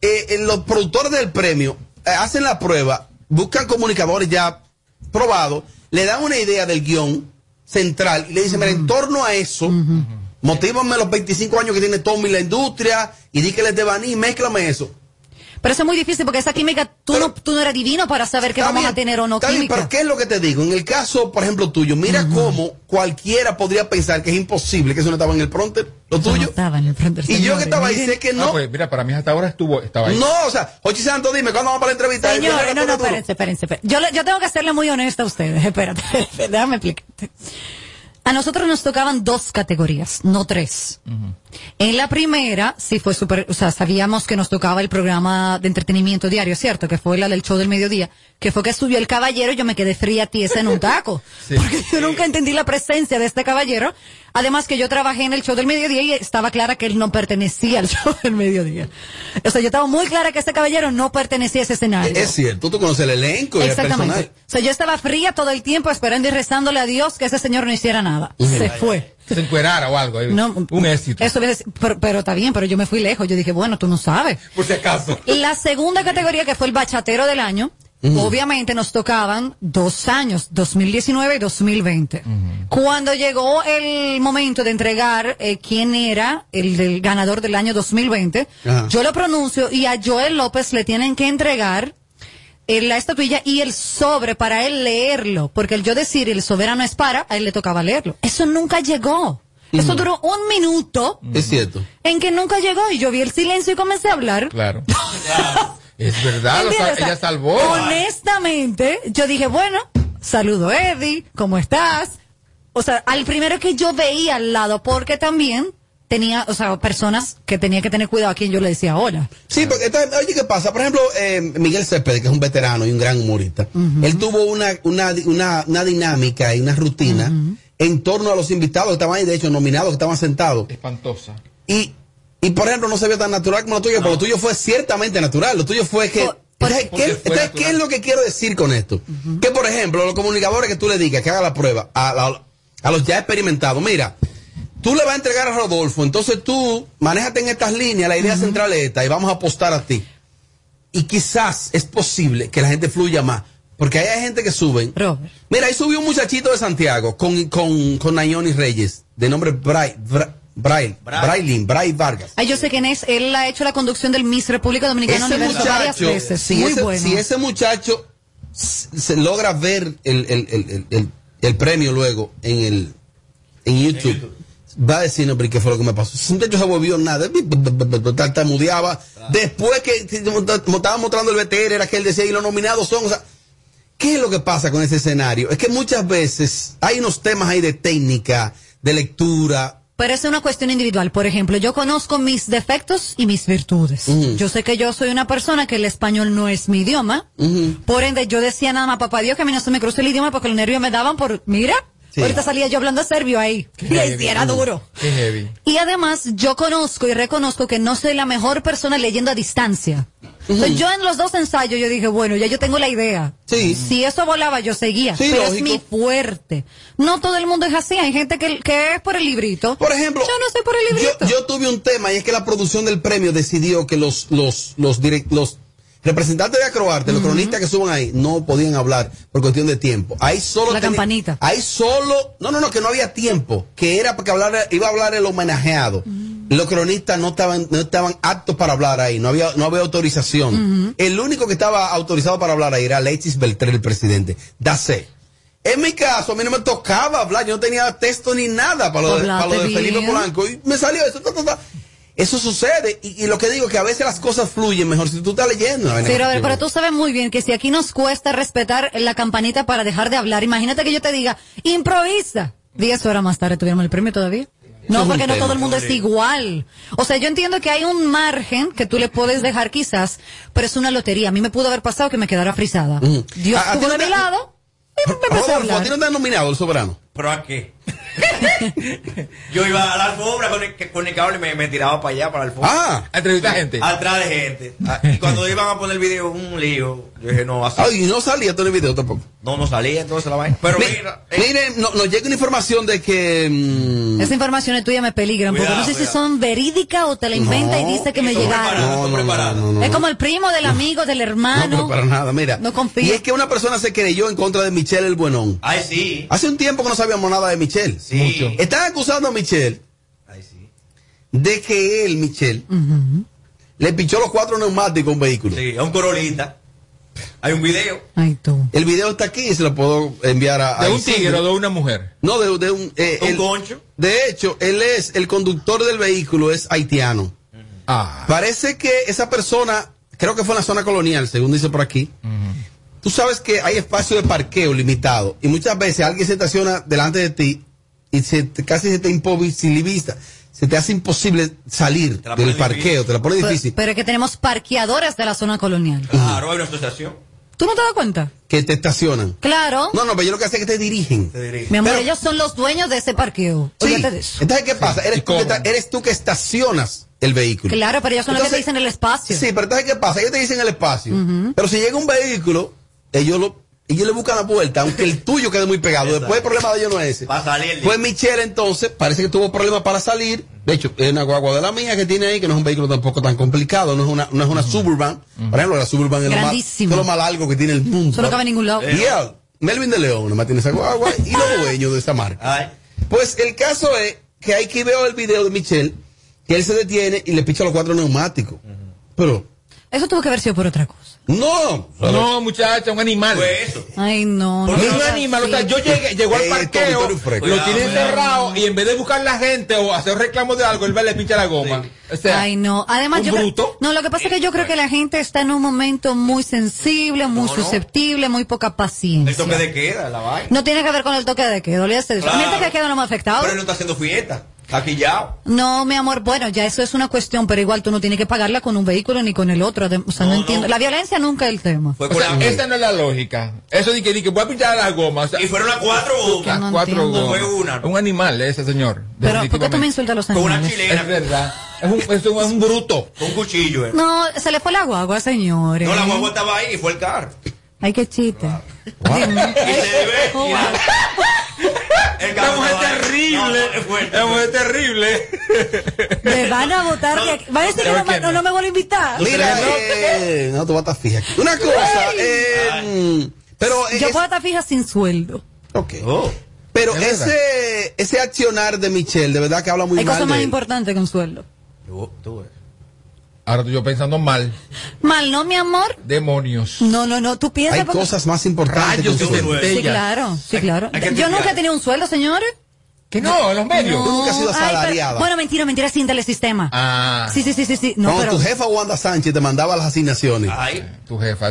[SPEAKER 2] eh, eh, los productores del premio eh, hacen la prueba, buscan comunicadores ya probados, le dan una idea del guión central y le dicen, mira, en torno a eso, motívanme los 25 años que tiene Tommy la industria y di que les de Baní, mézclame eso.
[SPEAKER 3] Pero eso es muy difícil porque esa química, tú, no, tú no eras divino para saber que
[SPEAKER 2] Está
[SPEAKER 3] vamos
[SPEAKER 2] bien,
[SPEAKER 3] a tener o no
[SPEAKER 2] está bien,
[SPEAKER 3] química.
[SPEAKER 2] pero ¿qué es lo que te digo? En el caso, por ejemplo, tuyo, mira cómo cualquiera podría pensar que es imposible que eso no estaba en el pronter, lo tuyo.
[SPEAKER 3] estaba en el pronter.
[SPEAKER 2] Y yo que estaba ahí sé que no.
[SPEAKER 4] Ah, pues, mira, para mí hasta ahora estuvo, estaba ahí.
[SPEAKER 2] No, o sea, Ochi Santos, dime, ¿cuándo vamos para la entrevista?
[SPEAKER 3] Señores, no, no,
[SPEAKER 2] Duro.
[SPEAKER 3] espérense, espérense. espérense. Yo, le- yo tengo que serle muy honesta a ustedes. Espérate, déjame explicarte. A nosotros nos tocaban dos categorías, no tres. En la primera, sí fue súper, o sea, sabíamos que nos tocaba el programa de entretenimiento diario, ¿cierto? Que fue la del show del mediodía, que fue que subió el caballero y yo me quedé fría tiesa en un taco. Porque yo nunca entendí la presencia de este caballero. Además que yo trabajé en el show del mediodía y estaba clara que él no pertenecía al show del mediodía. O sea, yo estaba muy clara que este caballero no pertenecía a ese escenario.
[SPEAKER 2] Es cierto, tú conoces el elenco y el
[SPEAKER 3] Exactamente.
[SPEAKER 2] personal.
[SPEAKER 3] O sea, yo estaba fría todo el tiempo esperando y rezándole a Dios que ese señor no hiciera nada. Se fue.
[SPEAKER 4] Se encuerara o algo. eh. un éxito.
[SPEAKER 3] Eso hubiese- pero, pero está bien, pero yo me fui lejos. Yo dije, bueno, tú no sabes.
[SPEAKER 4] Por si acaso.
[SPEAKER 3] La segunda categoría, que fue el bachatero del año,
[SPEAKER 4] Ujú.
[SPEAKER 3] obviamente nos tocaban dos años, 2019 y 2020. Cuando llegó el momento de entregar eh, quién era el del ganador del año 2020,
[SPEAKER 1] Ajá.
[SPEAKER 3] yo lo pronuncio y a Joel López le tienen que entregar eh, la estatuilla y el sobre para él leerlo, porque el yo decir el soberano es para, a él le tocaba leerlo. Eso nunca llegó. Eso duró un minuto
[SPEAKER 2] Es cierto.
[SPEAKER 3] en que nunca llegó y yo vi el silencio y comencé a hablar.
[SPEAKER 4] Claro. es verdad, lo
[SPEAKER 3] ¿Entiendes?
[SPEAKER 4] sa-
[SPEAKER 3] O sea,
[SPEAKER 4] ella salvó.
[SPEAKER 3] Honestamente, yo dije, bueno, saludo Eddie, ¿cómo estás? O sea, al primero que yo veía al lado, porque también tenía, o sea, personas que tenía que tener cuidado a quien yo le decía hola.
[SPEAKER 2] Sí, porque entonces, oye, ¿qué pasa? Por ejemplo, eh, Miguel Cepeda, que es un veterano y un gran humorista, él tuvo una, una, una, una dinámica y una rutina en torno a los invitados que estaban ahí, de hecho, nominados, que estaban sentados.
[SPEAKER 4] Espantosa.
[SPEAKER 2] Y, y por ejemplo, no se vio tan natural como lo tuyo, pero lo tuyo fue ciertamente natural. Lo tuyo fue que. Entonces, ¿qué, entonces, ¿qué es lo que quiero decir con esto? Que, por ejemplo, los comunicadores que tú le digas que haga la prueba a, la- a los ya experimentados, mira, tú le vas a entregar a Rodolfo, entonces tú manéjate en estas líneas, la idea central es esta, y vamos a apostar a ti. Y quizás es posible que la gente fluya más. Porque ahí hay gente que suben. Mira, ahí subió un muchachito de Santiago con, con, con Nayoni Reyes, de nombre Bray, Bra- Braille, Brailin, Bray Vargas.
[SPEAKER 3] Ay, yo sé quién es, él ha hecho la conducción del Miss República Dominicana
[SPEAKER 2] Ese
[SPEAKER 3] Universo varias
[SPEAKER 2] muchacho,
[SPEAKER 3] veces.
[SPEAKER 2] si
[SPEAKER 3] Muy
[SPEAKER 2] ese,
[SPEAKER 3] bueno.
[SPEAKER 2] si ese muchacho se se logra ver el, el- el- el- el- el premio luego en el en YouTube, va a decir, no, pero ¿qué fue lo que me pasó? Ese muchacho se volvió nada, tartamudeaba. Después que que mo- estaba mostrando el BTR, era que él decía, y los nominados son, o sea, ¿Qué es lo que pasa con ese escenario? Es que muchas veces hay unos temas ahí de técnica, de lectura.
[SPEAKER 3] Pero es una cuestión individual. Por ejemplo, yo conozco mis defectos y mis virtudes. Yo sé que yo soy una persona que el español no es mi idioma. Por ende, yo decía nada más, papá Dios, que a mí no se me cruce el idioma porque los nervios me daban por, mira,
[SPEAKER 4] Sí.
[SPEAKER 3] ahorita salía yo hablando serbio ahí. Y ahí sí era duro.
[SPEAKER 4] Qué heavy.
[SPEAKER 3] Y además, yo conozco y reconozco que no soy la mejor persona leyendo a distancia. Entonces, yo en los dos ensayos, yo dije, bueno, ya yo tengo la idea. Si eso volaba, yo seguía.
[SPEAKER 2] Sí,
[SPEAKER 3] pero es
[SPEAKER 2] lógico.
[SPEAKER 3] mi fuerte. No todo el mundo es así. Hay gente que, que es por el librito.
[SPEAKER 2] Por ejemplo,
[SPEAKER 3] yo no soy por el librito.
[SPEAKER 2] yo, yo tuve un tema y es que la producción del premio decidió que los, los, los, direc- los representantes de Acroarte, los cronistas que suban ahí, no podían hablar por cuestión de tiempo. Ahí solo.
[SPEAKER 3] La
[SPEAKER 2] teni-
[SPEAKER 3] campanita.
[SPEAKER 2] Ahí solo. No, no, no, que no había tiempo. Que era porque hablar, iba a hablar el homenajeado. Los cronistas no estaban, no estaban aptos para hablar ahí, no había, no había autorización. El único que estaba autorizado para hablar ahí era Alexis Beltré, el presidente. Dase. En mi caso, a mí no me tocaba hablar, yo no tenía texto ni nada para lo, de, para
[SPEAKER 16] Hablaste
[SPEAKER 2] lo de Felipe
[SPEAKER 16] bien.
[SPEAKER 2] Polanco. Y me salió eso. ta, ta, ta. Eso sucede. Y, y lo que digo es que a veces las cosas fluyen mejor si tú estás leyendo.
[SPEAKER 3] Sí, Robert, pero tú sabes muy bien que si aquí nos cuesta respetar la campanita para dejar de hablar, imagínate que yo te diga, improvisa. Diez horas más tarde tuviéramos el premio todavía.
[SPEAKER 2] es
[SPEAKER 3] No,
[SPEAKER 2] un
[SPEAKER 3] porque no
[SPEAKER 2] tema,
[SPEAKER 3] todo el mundo es
[SPEAKER 2] pobre.
[SPEAKER 3] igual. O sea, yo entiendo que hay un margen que tú le puedes dejar quizás, pero es una lotería. A mí me pudo haber pasado que me quedara frisada.
[SPEAKER 2] Ujú.
[SPEAKER 3] Dios
[SPEAKER 2] A- a ti
[SPEAKER 3] estuvo
[SPEAKER 2] no
[SPEAKER 3] de
[SPEAKER 2] te-
[SPEAKER 3] mi lado y me empezó a
[SPEAKER 2] Rodolfo, ¿a ti
[SPEAKER 3] hablar.
[SPEAKER 2] no te han nominado el soberano?
[SPEAKER 16] ¿Pero a qué? Yo iba a la alfombra con el, que- con el cable y me, me tiraba para allá, para la alfombra.
[SPEAKER 2] Ah,
[SPEAKER 4] a entrevistar gente.
[SPEAKER 16] Atrás de gente. Ah, Y cuando iban a poner el video, un lío. Yo dije, no, así.
[SPEAKER 2] Ay, y no salía todo el video tampoco.
[SPEAKER 16] No, no salía entonces la vaina. Pero mira, eh.
[SPEAKER 2] Miren, no- nos llega una información de que. mm,
[SPEAKER 3] Esas informaciones tuyas me peligran, porque
[SPEAKER 2] Cuidado,
[SPEAKER 3] no sé si
[SPEAKER 2] cuidado.
[SPEAKER 3] son verídicas o te la inventa y dice que me llegaron.
[SPEAKER 2] no, no, no, no, no,
[SPEAKER 3] es como el primo del amigo, del hermano.
[SPEAKER 2] No, pero para nada, mira.
[SPEAKER 3] No confío.
[SPEAKER 2] Y es que una persona se creyó en contra de Michelle el Buenón.
[SPEAKER 16] Ay, sí.
[SPEAKER 2] Hace un tiempo que no sabíamos nada de Michelle. Mucho. Están acusando a Michelle de que él, Michelle, le pichó los cuatro neumáticos a un vehículo.
[SPEAKER 16] sí, a un corolita. Hay un video.
[SPEAKER 3] Ay, tú.
[SPEAKER 2] El video está aquí y se lo puedo enviar a.
[SPEAKER 4] ¿De
[SPEAKER 2] a
[SPEAKER 4] un tigre
[SPEAKER 2] Isidro.
[SPEAKER 4] o de una mujer?
[SPEAKER 2] No, de, de un. eh,
[SPEAKER 4] ¿Un
[SPEAKER 2] él-
[SPEAKER 4] concho?
[SPEAKER 2] De hecho, él es. El conductor del vehículo es haitiano.
[SPEAKER 4] Ah.
[SPEAKER 2] Parece que esa persona. Creo que fue en la zona colonial, según dice por aquí. Tú sabes que hay espacio de parqueo limitado. Y muchas veces alguien se estaciona delante de ti. Y se te- casi se te imposibiliza. Se te hace imposible salir
[SPEAKER 16] la
[SPEAKER 2] del
[SPEAKER 16] pone
[SPEAKER 2] parqueo. Te la pone
[SPEAKER 3] Pero-
[SPEAKER 2] difícil.
[SPEAKER 3] Pero es que tenemos parqueadoras de la zona colonial.
[SPEAKER 16] Claro, hay una asociación.
[SPEAKER 3] ¿Tú no te das cuenta?
[SPEAKER 2] Que te estacionan.
[SPEAKER 3] Claro.
[SPEAKER 2] No, no, pero yo lo que hace es que te dirigen.
[SPEAKER 3] Mi amor,
[SPEAKER 2] Pero-
[SPEAKER 3] ellos son los dueños de ese parqueo.
[SPEAKER 2] Sí.
[SPEAKER 3] Olvídate de eso.
[SPEAKER 2] Entonces, ¿qué pasa? Eres, tú que, ta- eres tú que estacionas el vehículo.
[SPEAKER 3] Claro, pero ellos son los que te
[SPEAKER 2] Entonces-
[SPEAKER 3] dicen el espacio.
[SPEAKER 2] Sí, pero entonces, ¿qué pasa? Ellos te dicen el espacio.
[SPEAKER 3] Ujú.
[SPEAKER 2] Pero si llega un vehículo, ellos lo. ellos le buscan la vuelta, aunque el tuyo quede muy pegado. Después el problema de ellos no es ese. Pues Michelle entonces parece que tuvo problemas para salir. De hecho, es una guagua de la mía que tiene ahí, que no es un vehículo tampoco tan complicado, no es una, no es una suburban. Por ejemplo, la suburban es lo, más,
[SPEAKER 3] Grandísima.
[SPEAKER 2] es lo más largo que tiene el mundo.
[SPEAKER 3] Eso no cabe en ningún lado.
[SPEAKER 2] Yeah. Melvin de León, nada más tiene esa guagua y los dueños de esa marca. Pues el caso es que hay que veo el video de Michelle, que él se detiene y le picha los cuatro neumáticos. Pero,
[SPEAKER 3] Eso tuvo que haber sido por otra cosa.
[SPEAKER 2] No.
[SPEAKER 4] No, muchacha, un animal.
[SPEAKER 3] Ay, no.
[SPEAKER 4] No
[SPEAKER 3] no
[SPEAKER 4] es un
[SPEAKER 3] seas
[SPEAKER 4] animal, o sea,
[SPEAKER 3] así.
[SPEAKER 4] yo llegué, llegó al
[SPEAKER 2] Eh,
[SPEAKER 4] parqueo,
[SPEAKER 2] Tony, tú eres fresco.
[SPEAKER 4] lo
[SPEAKER 2] Cuidado,
[SPEAKER 4] tiene
[SPEAKER 2] cuidado.
[SPEAKER 4] encerrado y en vez de buscar la gente o hacer reclamo de algo, él va y le pincha la goma. O sea,
[SPEAKER 3] Ay, no. Además,
[SPEAKER 4] un
[SPEAKER 3] yo creo-
[SPEAKER 4] bruto.
[SPEAKER 3] no, lo que pasa es que yo creo que la gente está en un momento muy sensible, muy susceptible, muy poca paciencia.
[SPEAKER 16] El toque de queda, la vaina.
[SPEAKER 3] No tiene que ver con el toque de queda, olvídate de eso.
[SPEAKER 16] Claro.
[SPEAKER 3] El toque de queda no me ha afectado.
[SPEAKER 16] Pero él no está haciendo fiesta. Está quillao.
[SPEAKER 3] No, mi amor, bueno, ya eso es una cuestión, pero igual tú no tienes que pagarla con un vehículo ni con el otro. adem- O sea, no, entiendo. La violencia nunca es el tema.
[SPEAKER 4] O sea, esa no es la lógica. Eso de que, de que voy a pinchar las gomas. y fueron las cuatro gomas.
[SPEAKER 3] no
[SPEAKER 4] cuatro
[SPEAKER 3] entiendo.
[SPEAKER 4] gomas.
[SPEAKER 3] Fue
[SPEAKER 4] Un animal ese señor.
[SPEAKER 3] Pero, ¿por qué tú me insultas a los animales?
[SPEAKER 4] Es verdad. Es un, es un, es un bruto. Un cuchillo, eh.
[SPEAKER 3] No, se le fue la guagua, señores.
[SPEAKER 16] No, la guagua estaba ahí y fue el carro.
[SPEAKER 3] Ay, qué chiste.
[SPEAKER 4] Esta mujer terrible. Esta mujer terrible.
[SPEAKER 3] Me van a votar de aquí. Va a decir que no, me- no, no me vuelvo a invitar.
[SPEAKER 2] Mira, eh, no, tú vas a estar fija. aquí. Una cosa,
[SPEAKER 3] Ay.
[SPEAKER 2] eh, pero eh,
[SPEAKER 3] Yo
[SPEAKER 2] es-
[SPEAKER 3] puedo estar fija sin sueldo.
[SPEAKER 2] Ok. Pero
[SPEAKER 3] Es verdad.
[SPEAKER 2] ese, ese accionar de Michelle, de verdad que habla muy
[SPEAKER 3] Hay
[SPEAKER 2] mal
[SPEAKER 3] cosas
[SPEAKER 2] de
[SPEAKER 3] más
[SPEAKER 2] él.
[SPEAKER 3] importantes que un sueldo.
[SPEAKER 4] eh. Ahora estoy yo pensando mal.
[SPEAKER 3] Mal, ¿no, mi amor?
[SPEAKER 4] Demonios.
[SPEAKER 3] No, no, no. Tú piensas...
[SPEAKER 4] Hay
[SPEAKER 3] porque-
[SPEAKER 4] cosas más importantes que un
[SPEAKER 3] Sí,
[SPEAKER 4] sueldo.
[SPEAKER 3] Sí, claro. Sí, claro.
[SPEAKER 4] hay que
[SPEAKER 3] Yo nunca
[SPEAKER 4] estudiar.
[SPEAKER 3] he tenido un sueldo, señores.
[SPEAKER 4] Que no, en los medios.
[SPEAKER 2] Tú nunca has sido
[SPEAKER 3] Ay, pero-
[SPEAKER 2] asalariada.
[SPEAKER 3] bueno, mentira, mentira, sin telesistema.
[SPEAKER 4] Ah.
[SPEAKER 3] Sí, sí, sí, sí, sí. No,
[SPEAKER 2] Cuando
[SPEAKER 3] pero...
[SPEAKER 2] tu jefa Wanda Sánchez te mandaba las asignaciones.
[SPEAKER 4] tu jefa.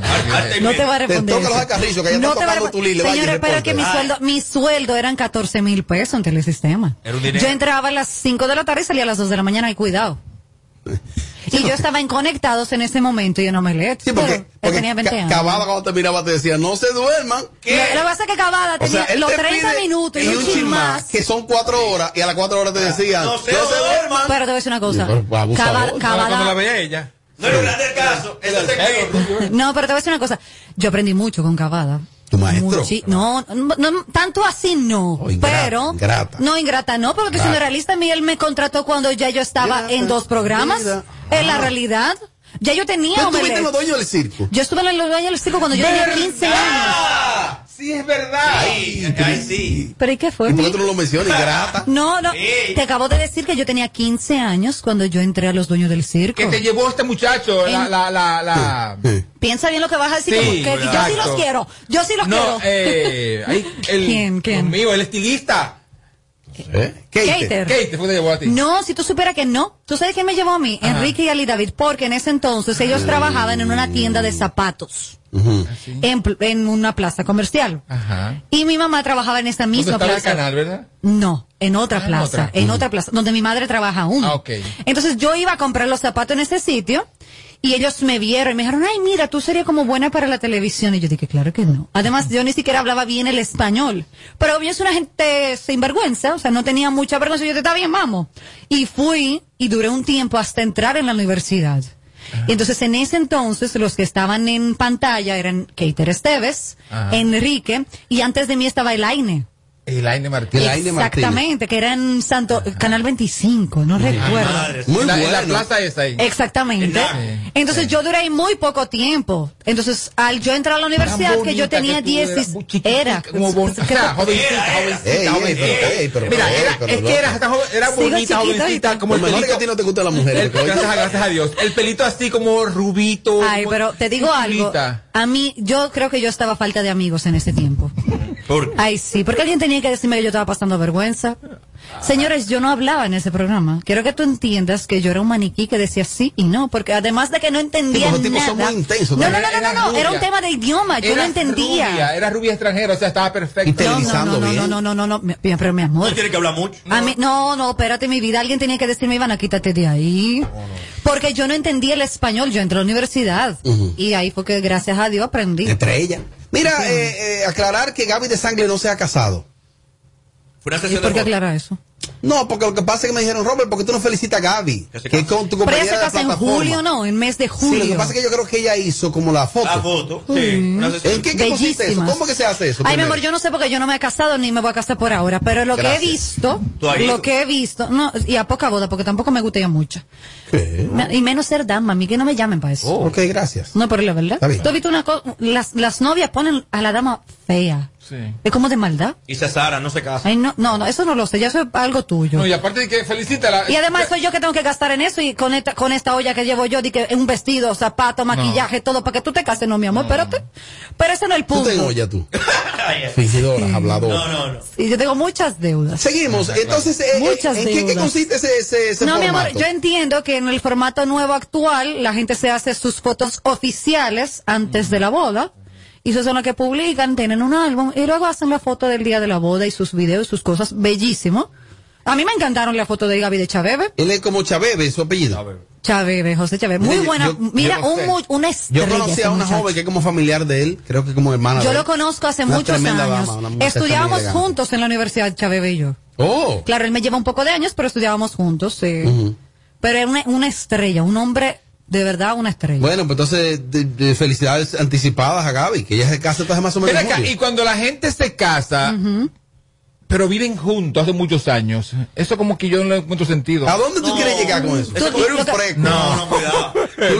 [SPEAKER 3] No te va a responder.
[SPEAKER 2] toca los
[SPEAKER 3] eso.
[SPEAKER 2] acarrizos que ella
[SPEAKER 3] no
[SPEAKER 2] está
[SPEAKER 3] te va a
[SPEAKER 2] tocando tu
[SPEAKER 3] responder.
[SPEAKER 2] lile. vaya y
[SPEAKER 3] Señores, pero
[SPEAKER 2] responde.
[SPEAKER 3] que mi
[SPEAKER 2] Ay.
[SPEAKER 3] sueldo, mi sueldo eran 14 mil pesos en telesistema.
[SPEAKER 2] Era un dinero.
[SPEAKER 3] Yo entraba a las 5 de la tarde y salía a las 2 de la mañana, y cuidado. Y yo estaba en conectados en ese momento y yo no me leí. Sí, porque, tenía 20
[SPEAKER 2] Ca-
[SPEAKER 3] años.
[SPEAKER 2] Cavada cuando te miraba te decía, no se duerman.
[SPEAKER 3] Lo- Lo que pasa es que acabada
[SPEAKER 2] O sea,
[SPEAKER 3] tenía
[SPEAKER 2] él
[SPEAKER 3] los
[SPEAKER 2] te
[SPEAKER 3] 30
[SPEAKER 2] pide
[SPEAKER 3] minutos y
[SPEAKER 2] y
[SPEAKER 3] un chin más.
[SPEAKER 2] que son cuatro horas, y a las cuatro horas te decían, no se duerman.
[SPEAKER 3] Pero te voy a decir una cosa.
[SPEAKER 2] Pero, pues, abusador.
[SPEAKER 3] Cava- Cavada-
[SPEAKER 4] veía ella.
[SPEAKER 16] No le hablas del caso. Eso se quedó.
[SPEAKER 3] No, pero te voy a decir una cosa. Yo aprendí mucho con Cavada. ¿Tu
[SPEAKER 2] maestro?
[SPEAKER 3] no, no, no, tanto así no.
[SPEAKER 2] ingrata,
[SPEAKER 3] pero.
[SPEAKER 2] ingrata.
[SPEAKER 3] No, ingrata no, porque siendo
[SPEAKER 2] Ingrata.
[SPEAKER 3] realista, a mí él me contrató cuando ya yo estaba en dos programas. En
[SPEAKER 4] Ah.
[SPEAKER 3] la realidad. Ya yo tenía.
[SPEAKER 2] ¿Tú
[SPEAKER 3] omelette.
[SPEAKER 2] estuviste en los dueños del circo?
[SPEAKER 3] Yo estuve en los dueños del circo cuando yo tenía
[SPEAKER 2] ¿Verdad?
[SPEAKER 3] 15 años.
[SPEAKER 4] Sí, es verdad.
[SPEAKER 2] Ay, sí.
[SPEAKER 3] ¿Pero y qué fue?
[SPEAKER 2] ¿Y por qué tú no lo mencionas, ingrata?
[SPEAKER 3] No, no. Te acabo de decir que yo tenía 15 años cuando yo entré a los dueños del circo.
[SPEAKER 4] Que te llevó este muchacho la,
[SPEAKER 3] En-
[SPEAKER 4] la, la, la...
[SPEAKER 3] Piensa bien lo que vas a decir.
[SPEAKER 4] Sí,
[SPEAKER 3] como que yo sí
[SPEAKER 4] exacto.
[SPEAKER 3] los quiero. Yo sí los
[SPEAKER 4] No,
[SPEAKER 3] quiero.
[SPEAKER 4] eh, ahí, el,
[SPEAKER 3] ¿Quién, quién?
[SPEAKER 4] Mío, el estilista.
[SPEAKER 2] ¿Eh?
[SPEAKER 3] Keiter.
[SPEAKER 4] Keiter fue que te llevó a ti.
[SPEAKER 3] No, si tú supieras que no. ¿Tú sabes quién me llevó a mí? Enrique y Ali David, porque en ese entonces ellos trabajaban en una tienda de zapatos, en, pl- en una plaza comercial.
[SPEAKER 4] Ajá.
[SPEAKER 3] Y mi mamá trabajaba en esa
[SPEAKER 4] ¿Dónde
[SPEAKER 3] misma
[SPEAKER 4] estaba el
[SPEAKER 3] plaza.
[SPEAKER 4] canal, verdad?
[SPEAKER 3] No, en otra
[SPEAKER 4] Ah, en
[SPEAKER 3] plaza,
[SPEAKER 4] otra.
[SPEAKER 3] en
[SPEAKER 4] Ujú.
[SPEAKER 3] otra plaza, donde mi madre trabaja aún.
[SPEAKER 4] Ah, ok.
[SPEAKER 3] Entonces yo iba a comprar los zapatos en ese sitio y ellos me vieron y me dijeron, ay, mira, tú serías como buena para la televisión. Y yo dije, claro que no. Además, yo ni siquiera hablaba bien el español. Pero yo soy una gente sin vergüenza, o sea, no tenía mucha vergüenza. Yo te estaba bien, vamos. Y fui y duré un tiempo hasta entrar en la universidad. Y entonces en ese entonces los que estaban en pantalla eran Keiter Esteves,
[SPEAKER 4] Ajá.
[SPEAKER 3] Enrique y antes de mí estaba Elaine.
[SPEAKER 4] El Aine Martínez.
[SPEAKER 3] Exactamente, que era en Santo, Canal 25, no recuerdo. Eh,
[SPEAKER 4] Muy la, en la plaza esa ahí.
[SPEAKER 3] Exactamente.
[SPEAKER 4] Sí.
[SPEAKER 3] Entonces yo duré ahí muy poco tiempo. Entonces al yo entrar a la universidad, que
[SPEAKER 4] bonita
[SPEAKER 3] yo tenía
[SPEAKER 4] que tú eras,
[SPEAKER 3] 10,
[SPEAKER 4] muy
[SPEAKER 3] era.
[SPEAKER 4] Como bon- o sea, jovencita, jovencita,
[SPEAKER 2] Ey, ey,
[SPEAKER 4] jovencita.
[SPEAKER 2] pero, ey, pero,
[SPEAKER 4] Mira,
[SPEAKER 2] pero,
[SPEAKER 4] era,
[SPEAKER 2] pero,
[SPEAKER 4] es
[SPEAKER 2] loco.
[SPEAKER 4] que era, hasta joven- era
[SPEAKER 2] Sigo
[SPEAKER 4] bonita,
[SPEAKER 2] chiquita
[SPEAKER 4] jovencita,
[SPEAKER 2] y-
[SPEAKER 4] como el
[SPEAKER 2] Lo mejor que
[SPEAKER 4] pelito.
[SPEAKER 2] a ti no te gustan las mujeres,
[SPEAKER 4] El-
[SPEAKER 2] porque-
[SPEAKER 4] gracias, a- gracias a Dios. El pelito así como rubito.
[SPEAKER 3] Ay,
[SPEAKER 4] como-
[SPEAKER 3] pero te digo algo.
[SPEAKER 4] chulita.
[SPEAKER 3] A mí, yo creo que yo estaba a falta de amigos en ese tiempo. Ay, sí, porque alguien tenía que decirme que yo estaba pasando vergüenza. Señores, yo no hablaba en ese programa. Quiero que tú entiendas que yo era un maniquí que decía sí y no, porque además de que no entendía
[SPEAKER 4] Sí, porque los tipos
[SPEAKER 3] nada.
[SPEAKER 4] son muy intensos
[SPEAKER 3] no, no, no,
[SPEAKER 4] también.
[SPEAKER 3] no, no,
[SPEAKER 4] Era
[SPEAKER 3] no,
[SPEAKER 4] rubia.
[SPEAKER 3] era un tema de idioma, yo
[SPEAKER 4] Era
[SPEAKER 3] no entendía.
[SPEAKER 4] Rubia, era rubia extranjera, o sea, estaba perfecta.
[SPEAKER 3] no, no, no, no, no, no, no, no, no, mi- pero mi amor.
[SPEAKER 16] Tiene que hablar mucho.
[SPEAKER 3] A mí- no, no, espérate, mi vida. Alguien tenía que decirme, Ivana, quítate de ahí. Porque yo no entendía el español. Yo entré a la universidad.
[SPEAKER 2] Ujú.
[SPEAKER 3] Y ahí fue que, gracias a Dios, aprendí.
[SPEAKER 2] Entre ellas. Mira, eh, eh, aclarar que Gaby de Sangre no se ha casado.
[SPEAKER 3] ¿Y por qué aclara eso?
[SPEAKER 2] No, porque lo que pasa es que me dijeron, Robert, ¿por qué tú no felicitas a Gaby? Que es con tu
[SPEAKER 3] Pero ella
[SPEAKER 2] compañera
[SPEAKER 3] se
[SPEAKER 2] de
[SPEAKER 3] casa en
[SPEAKER 2] plataforma.
[SPEAKER 3] julio, ¿no, en mes de
[SPEAKER 2] Sí,
[SPEAKER 3] julio.
[SPEAKER 2] lo que pasa es que yo creo que ella hizo como la foto. La foto,
[SPEAKER 3] sí. Una sesión.
[SPEAKER 2] ¿En qué, qué consiste eso?
[SPEAKER 3] Bellísimas.
[SPEAKER 2] ¿Cómo que se hace eso?
[SPEAKER 3] Ay, mi
[SPEAKER 2] primero?
[SPEAKER 3] amor, yo no sé porque yo no me he casado ni me voy a casar por ahora, pero lo que he
[SPEAKER 2] Gracias.
[SPEAKER 3] visto,
[SPEAKER 2] ¿Tú has
[SPEAKER 3] lo
[SPEAKER 2] ido?
[SPEAKER 3] que he visto, no, y a poca boda, porque tampoco me gusta ir a mucho. Me- Y menos ser dama, a mí que no me llamen para eso.
[SPEAKER 2] Oh, Ok, gracias.
[SPEAKER 3] No, pero la verdad.
[SPEAKER 2] Está bien.
[SPEAKER 3] Tú has visto una cosa, las, las novias ponen a la dama fea. Es como de maldad.
[SPEAKER 16] Y Cesara no se casa.
[SPEAKER 3] Ay, no, no, no, eso no lo sé, ya eso es algo tuyo.
[SPEAKER 4] No, y aparte de que felicita la.
[SPEAKER 3] Y además pues, soy yo que tengo que gastar en eso y con esta, con esta olla que llevo yo, di que un vestido, zapato, maquillaje, todo, para que tú te cases, no, mi amor, espérate. Pero ese no es el
[SPEAKER 2] Tú
[SPEAKER 3] punto.
[SPEAKER 2] te olla tú. Fingidora, habladora. No, no, no.
[SPEAKER 3] Y yo tengo muchas deudas.
[SPEAKER 2] Seguimos. Entonces, eh, eh,
[SPEAKER 3] Muchas
[SPEAKER 2] ¿en qué, qué
[SPEAKER 3] deudas.
[SPEAKER 2] consiste ese, ese, ese
[SPEAKER 3] no, mi amor,
[SPEAKER 2] formato?
[SPEAKER 3] yo entiendo que en el formato nuevo actual la gente se hace sus fotos oficiales antes de la boda. Y eso son las que publican, tienen un álbum y luego hacen la foto del día de la boda y sus videos, sus cosas, bellísimo. A mí me encantaron la foto de Gaby de Chabebe.
[SPEAKER 2] Él es como Chabebe, su apellido.
[SPEAKER 3] Chabebe, José Chabebe. Muy
[SPEAKER 2] Mira, yo-
[SPEAKER 3] buena.
[SPEAKER 2] yo-
[SPEAKER 3] mira,
[SPEAKER 2] yo no
[SPEAKER 3] un
[SPEAKER 2] sé.
[SPEAKER 3] mu- una estrella.
[SPEAKER 2] Yo conocí
[SPEAKER 3] ese
[SPEAKER 2] a una
[SPEAKER 3] muchacho.
[SPEAKER 2] joven que es como familiar de él, creo que como hermana.
[SPEAKER 3] Yo
[SPEAKER 2] de
[SPEAKER 3] lo
[SPEAKER 2] él.
[SPEAKER 3] conozco hace
[SPEAKER 2] Una
[SPEAKER 3] muchos
[SPEAKER 2] tremenda
[SPEAKER 3] años.
[SPEAKER 2] dama, una muchacha
[SPEAKER 3] Estudiábamos
[SPEAKER 2] elegante.
[SPEAKER 3] juntos en la universidad, Chabebe y yo.
[SPEAKER 2] Oh.
[SPEAKER 3] Claro, él me lleva un poco de años, pero estudiábamos juntos. eh. Pero era una, una estrella, un hombre de verdad, una estrella.
[SPEAKER 2] Bueno, pues entonces, de- de felicidades anticipadas a Gaby, que ella se casa entonces más o
[SPEAKER 4] Ven
[SPEAKER 2] menos. en
[SPEAKER 4] acá,
[SPEAKER 2] julio.
[SPEAKER 4] y cuando la gente se casa, pero viven juntos hace muchos años, eso como que yo no le encuentro sentido.
[SPEAKER 2] ¿A dónde tú quieres llegar con eso? Tú-
[SPEAKER 4] eres
[SPEAKER 2] lo que-
[SPEAKER 4] No, no, cuidado.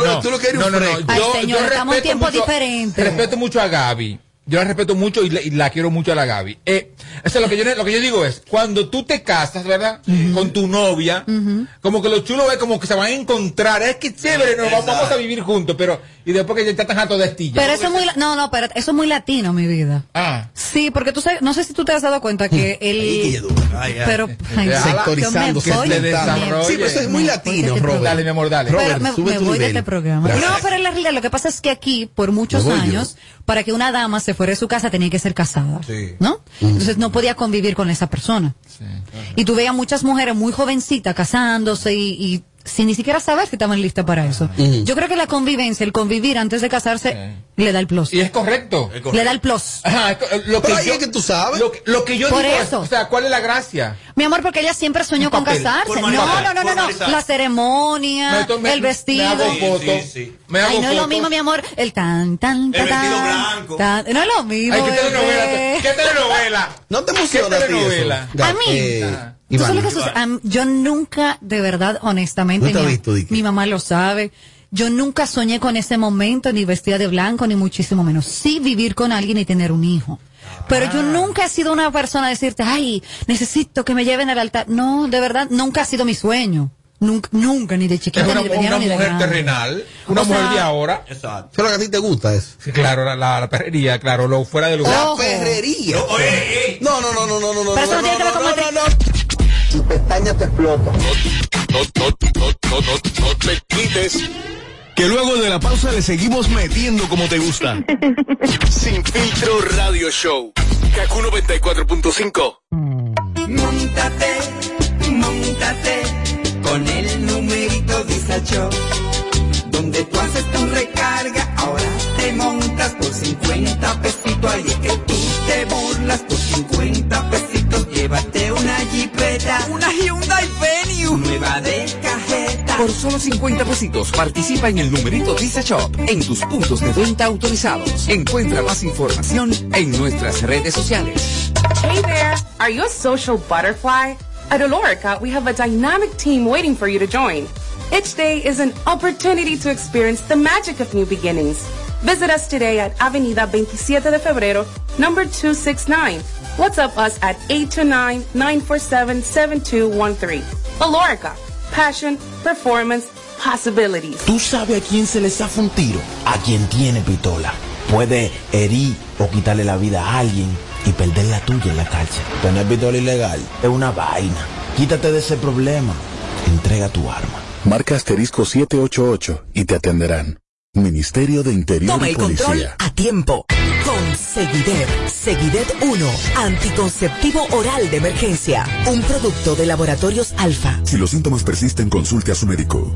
[SPEAKER 2] lo- tú lo que eres un fresco.
[SPEAKER 3] Ay, señor, estamos en tiempos diferentes.
[SPEAKER 4] Respeto mucho a Gaby. Yo la respeto mucho y la, y la quiero mucho a la Gaby. Eh, o sea, lo que, yo, lo que yo digo es, cuando tú te casas, ¿verdad? Con tu novia, como que lo chulo es como que se van a encontrar. Es que chévere, nos vamos, vamos a vivir juntos, pero... Y después que ya estás harto de estilla.
[SPEAKER 3] Pero eso es muy, la- no, no, pero eso es muy latino, mi vida.
[SPEAKER 4] Ah. Hmm.
[SPEAKER 3] Sí, porque tú sabes, no sé si tú te has dado cuenta que el... Pero,
[SPEAKER 4] Este,
[SPEAKER 3] ay, yo
[SPEAKER 2] sectorizando,
[SPEAKER 3] me voy.
[SPEAKER 2] que se desarrolle. Sí, pero eso es muy latino, Robert.
[SPEAKER 4] Dale, mi amor, dale.
[SPEAKER 2] Robert,
[SPEAKER 3] Pero me,
[SPEAKER 2] sube
[SPEAKER 3] me
[SPEAKER 2] tu
[SPEAKER 3] voy de
[SPEAKER 2] nivel.
[SPEAKER 3] este programa.
[SPEAKER 2] Gracias.
[SPEAKER 3] No, pero en la realidad lo que pasa es que aquí, por muchos
[SPEAKER 2] Me voy
[SPEAKER 3] años, para que una dama se fuera de su casa tenía que ser casada. ¿No? Entonces no podía convivir con esa persona. Y tú veías muchas mujeres muy jovencitas casándose y, y sin ni siquiera saber si estaban listas para eso.
[SPEAKER 4] Ujú.
[SPEAKER 3] Yo creo que la convivencia, el convivir antes de casarse, le da el plus.
[SPEAKER 4] Y es correcto.
[SPEAKER 3] Le da el plus.
[SPEAKER 4] Ajá, es co- lo que
[SPEAKER 3] Pero ahí
[SPEAKER 4] yo,
[SPEAKER 3] es que
[SPEAKER 2] tú sabes.
[SPEAKER 4] Lo, que- lo que yo
[SPEAKER 3] Por
[SPEAKER 4] digo es,
[SPEAKER 3] eso.
[SPEAKER 4] o sea, ¿cuál es la gracia?
[SPEAKER 3] Mi amor, porque ella siempre soñó con
[SPEAKER 4] papel,
[SPEAKER 3] casarse. No,
[SPEAKER 4] formalizar,
[SPEAKER 3] no, no, no, no.
[SPEAKER 4] formalizar.
[SPEAKER 3] La
[SPEAKER 4] No,
[SPEAKER 3] ceremonia,
[SPEAKER 4] entonces me-
[SPEAKER 3] el vestido.
[SPEAKER 4] Me hago foto. Me hago
[SPEAKER 3] Ay, no es lo
[SPEAKER 4] foto.
[SPEAKER 3] mismo, mi amor. El tan, tan, tan. tan, tan. No es lo mismo.
[SPEAKER 4] Ay, qué telenovela.
[SPEAKER 3] bebé.
[SPEAKER 4] ¿Qué telenovela?
[SPEAKER 2] No te emociona
[SPEAKER 4] ¿Qué
[SPEAKER 2] a ti eso,
[SPEAKER 4] telenovela?
[SPEAKER 2] Gaby?
[SPEAKER 3] A mí.
[SPEAKER 4] Ah.
[SPEAKER 2] Eh,
[SPEAKER 3] ¿Tú sabes
[SPEAKER 2] Iván.
[SPEAKER 3] lo que sucede? Am- yo nunca, de verdad, honestamente,
[SPEAKER 2] No te has
[SPEAKER 3] mi,
[SPEAKER 2] visto, Dicky.
[SPEAKER 3] mi mamá lo sabe. Yo nunca soñé con ese momento, ni vestida de blanco, ni muchísimo menos. Sí vivir con alguien y tener un hijo. Pero
[SPEAKER 2] Ah.
[SPEAKER 3] yo nunca he sido una persona a decirte, ay, necesito que me lleven al altar. No, de verdad, nunca ha sido mi sueño. Nunca, nunca ni de
[SPEAKER 4] Es
[SPEAKER 3] chiquita,
[SPEAKER 4] una,
[SPEAKER 3] ni de mediana,
[SPEAKER 4] una
[SPEAKER 3] ni de
[SPEAKER 4] mujer
[SPEAKER 3] grande.
[SPEAKER 4] terrenal, una
[SPEAKER 3] O
[SPEAKER 4] mujer
[SPEAKER 3] sea-
[SPEAKER 4] de ahora.
[SPEAKER 16] Exacto.
[SPEAKER 2] Pero a ti te gusta eso.
[SPEAKER 4] claro, la, la, la perrería, claro, lo fuera de lugar.
[SPEAKER 2] La perrería.
[SPEAKER 16] eh.
[SPEAKER 2] No, no, no, no, no, no, no.
[SPEAKER 1] Pero eso no tiene que ver con
[SPEAKER 2] no, no, no.
[SPEAKER 1] Tu pestaña te explota.
[SPEAKER 6] No, no, no, no, no, no te quites.
[SPEAKER 17] Que luego de la pausa le seguimos metiendo como te gusta.
[SPEAKER 6] Sin filtro radio show. Kaku 94.5.
[SPEAKER 1] Montate, montate con el numerito Disacho. Donde tú haces tu recarga, ahora te montas por 50 pesitos. Ahí es que tú te burlas por 50 pesitos. Llévate una jipeta, una Hyundai Venue, nueva de cajeta.
[SPEAKER 14] Por solo 50 pesitos participa en el numerito Visa Shop en tus puntos de venta autorizados. Encuentra más información en nuestras redes sociales.
[SPEAKER 13] Hey there, are you a social butterfly? At Olorica, we have a dynamic team waiting for you to join. Each day is an opportunity to experience the magic of new beginnings. Visit us today at Avenida 27 de Febrero, number 269. WhatsApp us at 829-947-7213. Olorica, passion, performance, possibilities.
[SPEAKER 11] Tú sabes a quién se le zafa un tiro, a quien tiene pistola. Puede herir o quitarle la vida a alguien y perder la tuya en la calle. Tener pistola ilegal es una vaina. Quítate de ese problema. Entrega tu arma.
[SPEAKER 12] Marca asterisco 788 y te atenderán. Ministerio de Interior
[SPEAKER 18] Toma
[SPEAKER 12] y
[SPEAKER 18] el control
[SPEAKER 12] Policía.
[SPEAKER 18] a tiempo. Con Seguidet. Seguidet 1. Anticonceptivo oral de emergencia. Un producto de laboratorios alfa.
[SPEAKER 10] Si los síntomas persisten, consulte a su médico.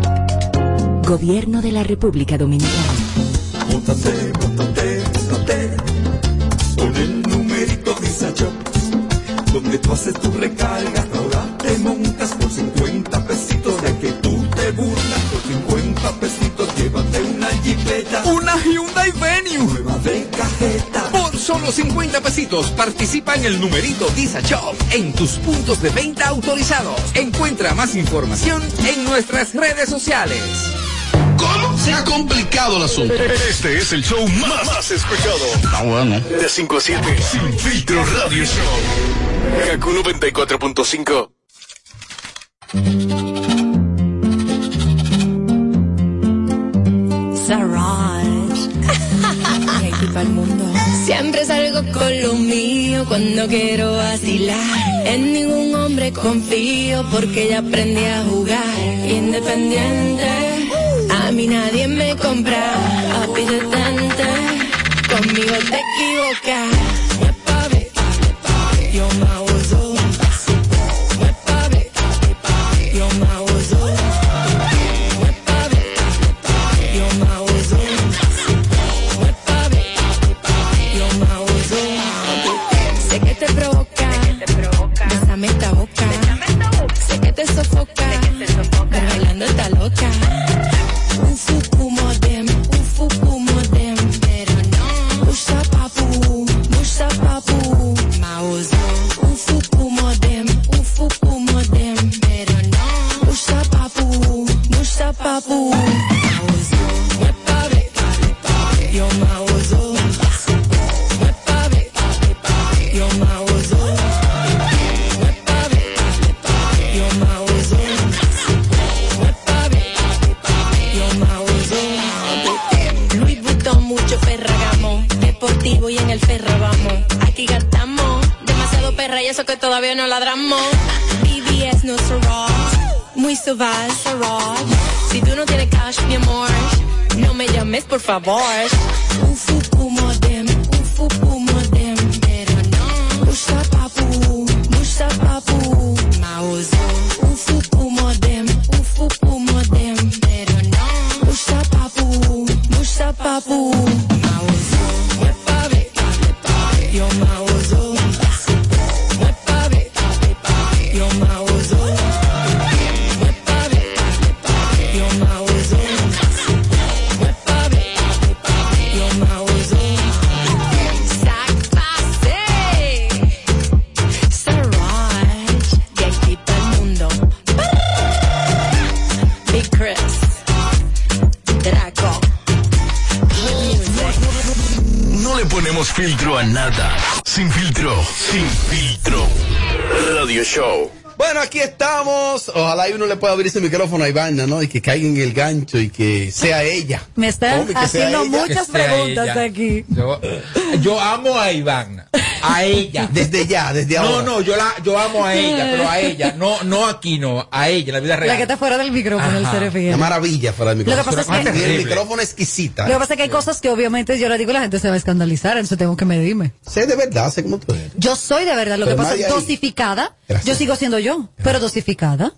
[SPEAKER 19] Gobierno de la República Dominicana.
[SPEAKER 7] Móntate, móntate, móntate Con el numerito Visa Shop Donde tú haces tu recarga Ahora te montas por 50 pesitos De que tú te burlas Por 50 pesitos Llévate una jipeta
[SPEAKER 14] Una Hyundai Venue. Por solo 50 pesitos participa en el numerito Disa Shop en tus puntos de venta autorizados. Encuentra más información en nuestras redes sociales.
[SPEAKER 17] ¿Cómo? Se ha complicado el asunto.
[SPEAKER 6] Este es el show más, más escuchado.
[SPEAKER 17] Ah, bueno.
[SPEAKER 6] De 5 a 7. Sin filtro radio show. Kaku 94.5.
[SPEAKER 20] Siempre salgo con lo mío cuando quiero vacilar. En ningún hombre confío porque ya aprendí a jugar. Independiente, a mí nadie me compra. A ti detente, conmigo te equivocas. Me pabe, yo me abuso. Me pabe, yo me abuso. Me pabe, yo me abuso. Me pabe, yo me abuso. Sé que te provoca, bésame esta boca. Sé que te sofoca, pero bailando está loca. Un fuku modem, un fuku modem, pero no. Usa papu, usa papu, mauso. Un fuku modem, un fuku modem, pero no. Usa papu, usa papu, mauso. Me pave, yo mauso. Me pave, yo mauso. Me pave, yo mauso. Me pave, yo me Luis Vuitton, mucho ferragamo. Deportivo y en el ferra vamos. Aquí gastamos. Demasiado perra y eso que todavía no ladramos. BBS no Sorrows. Muy suave, Sorrows. Si tú no tienes cash, mi amor, no me llames, por favor. Un fuku Um modem, un fuku modem, pero no. Usa papu, usa papu, mauso. Un fuku modem, un fuku modem, pero no. Usa papu, usa papu, mauso. Me pave, yo mauso. Me pave, yo mauso. Me pave, yo mauso. Me pave, yo mauso. Sac pase. Saraj, de aquí pa'l mundo. Big Chris, Draco.
[SPEAKER 17] No le ponemos filtro a nada. Sin filtro, sin filtro. Radio Show.
[SPEAKER 2] Bueno, aquí estamos. Ojalá y uno le pueda abrir ese micrófono a Ivana, ¿no? Y que caiga en el gancho y que sea ella.
[SPEAKER 3] Me están
[SPEAKER 2] Hombre, que sea
[SPEAKER 3] haciendo
[SPEAKER 2] ella.
[SPEAKER 3] muchas
[SPEAKER 2] Que sea
[SPEAKER 3] preguntas
[SPEAKER 2] ella.
[SPEAKER 3] aquí.
[SPEAKER 4] Yo, yo amo a Ivana. A ella.
[SPEAKER 2] Desde ya, desde ahora.
[SPEAKER 4] No, no, yo la, yo amo a ella, pero a ella. No, no aquí, no, a ella, en la vida
[SPEAKER 3] La que
[SPEAKER 4] real.
[SPEAKER 3] está fuera del micrófono, el
[SPEAKER 4] Ajá.
[SPEAKER 3] cerefiel.
[SPEAKER 2] Una maravilla fuera del
[SPEAKER 3] Lo que
[SPEAKER 2] micrófono.
[SPEAKER 3] pasa es que-
[SPEAKER 2] Tiene el micrófono exquisita.
[SPEAKER 3] Lo que pasa es que hay cosas que obviamente yo le digo y la gente se va a escandalizar, entonces tengo que medirme.
[SPEAKER 2] Sé de verdad, sé cómo tú eres.
[SPEAKER 3] Yo soy de verdad, lo
[SPEAKER 2] Pero
[SPEAKER 3] que pasa
[SPEAKER 2] nadie
[SPEAKER 3] es
[SPEAKER 2] ahí.
[SPEAKER 3] dosificada. Yo sigo siendo yo, pero dosificada.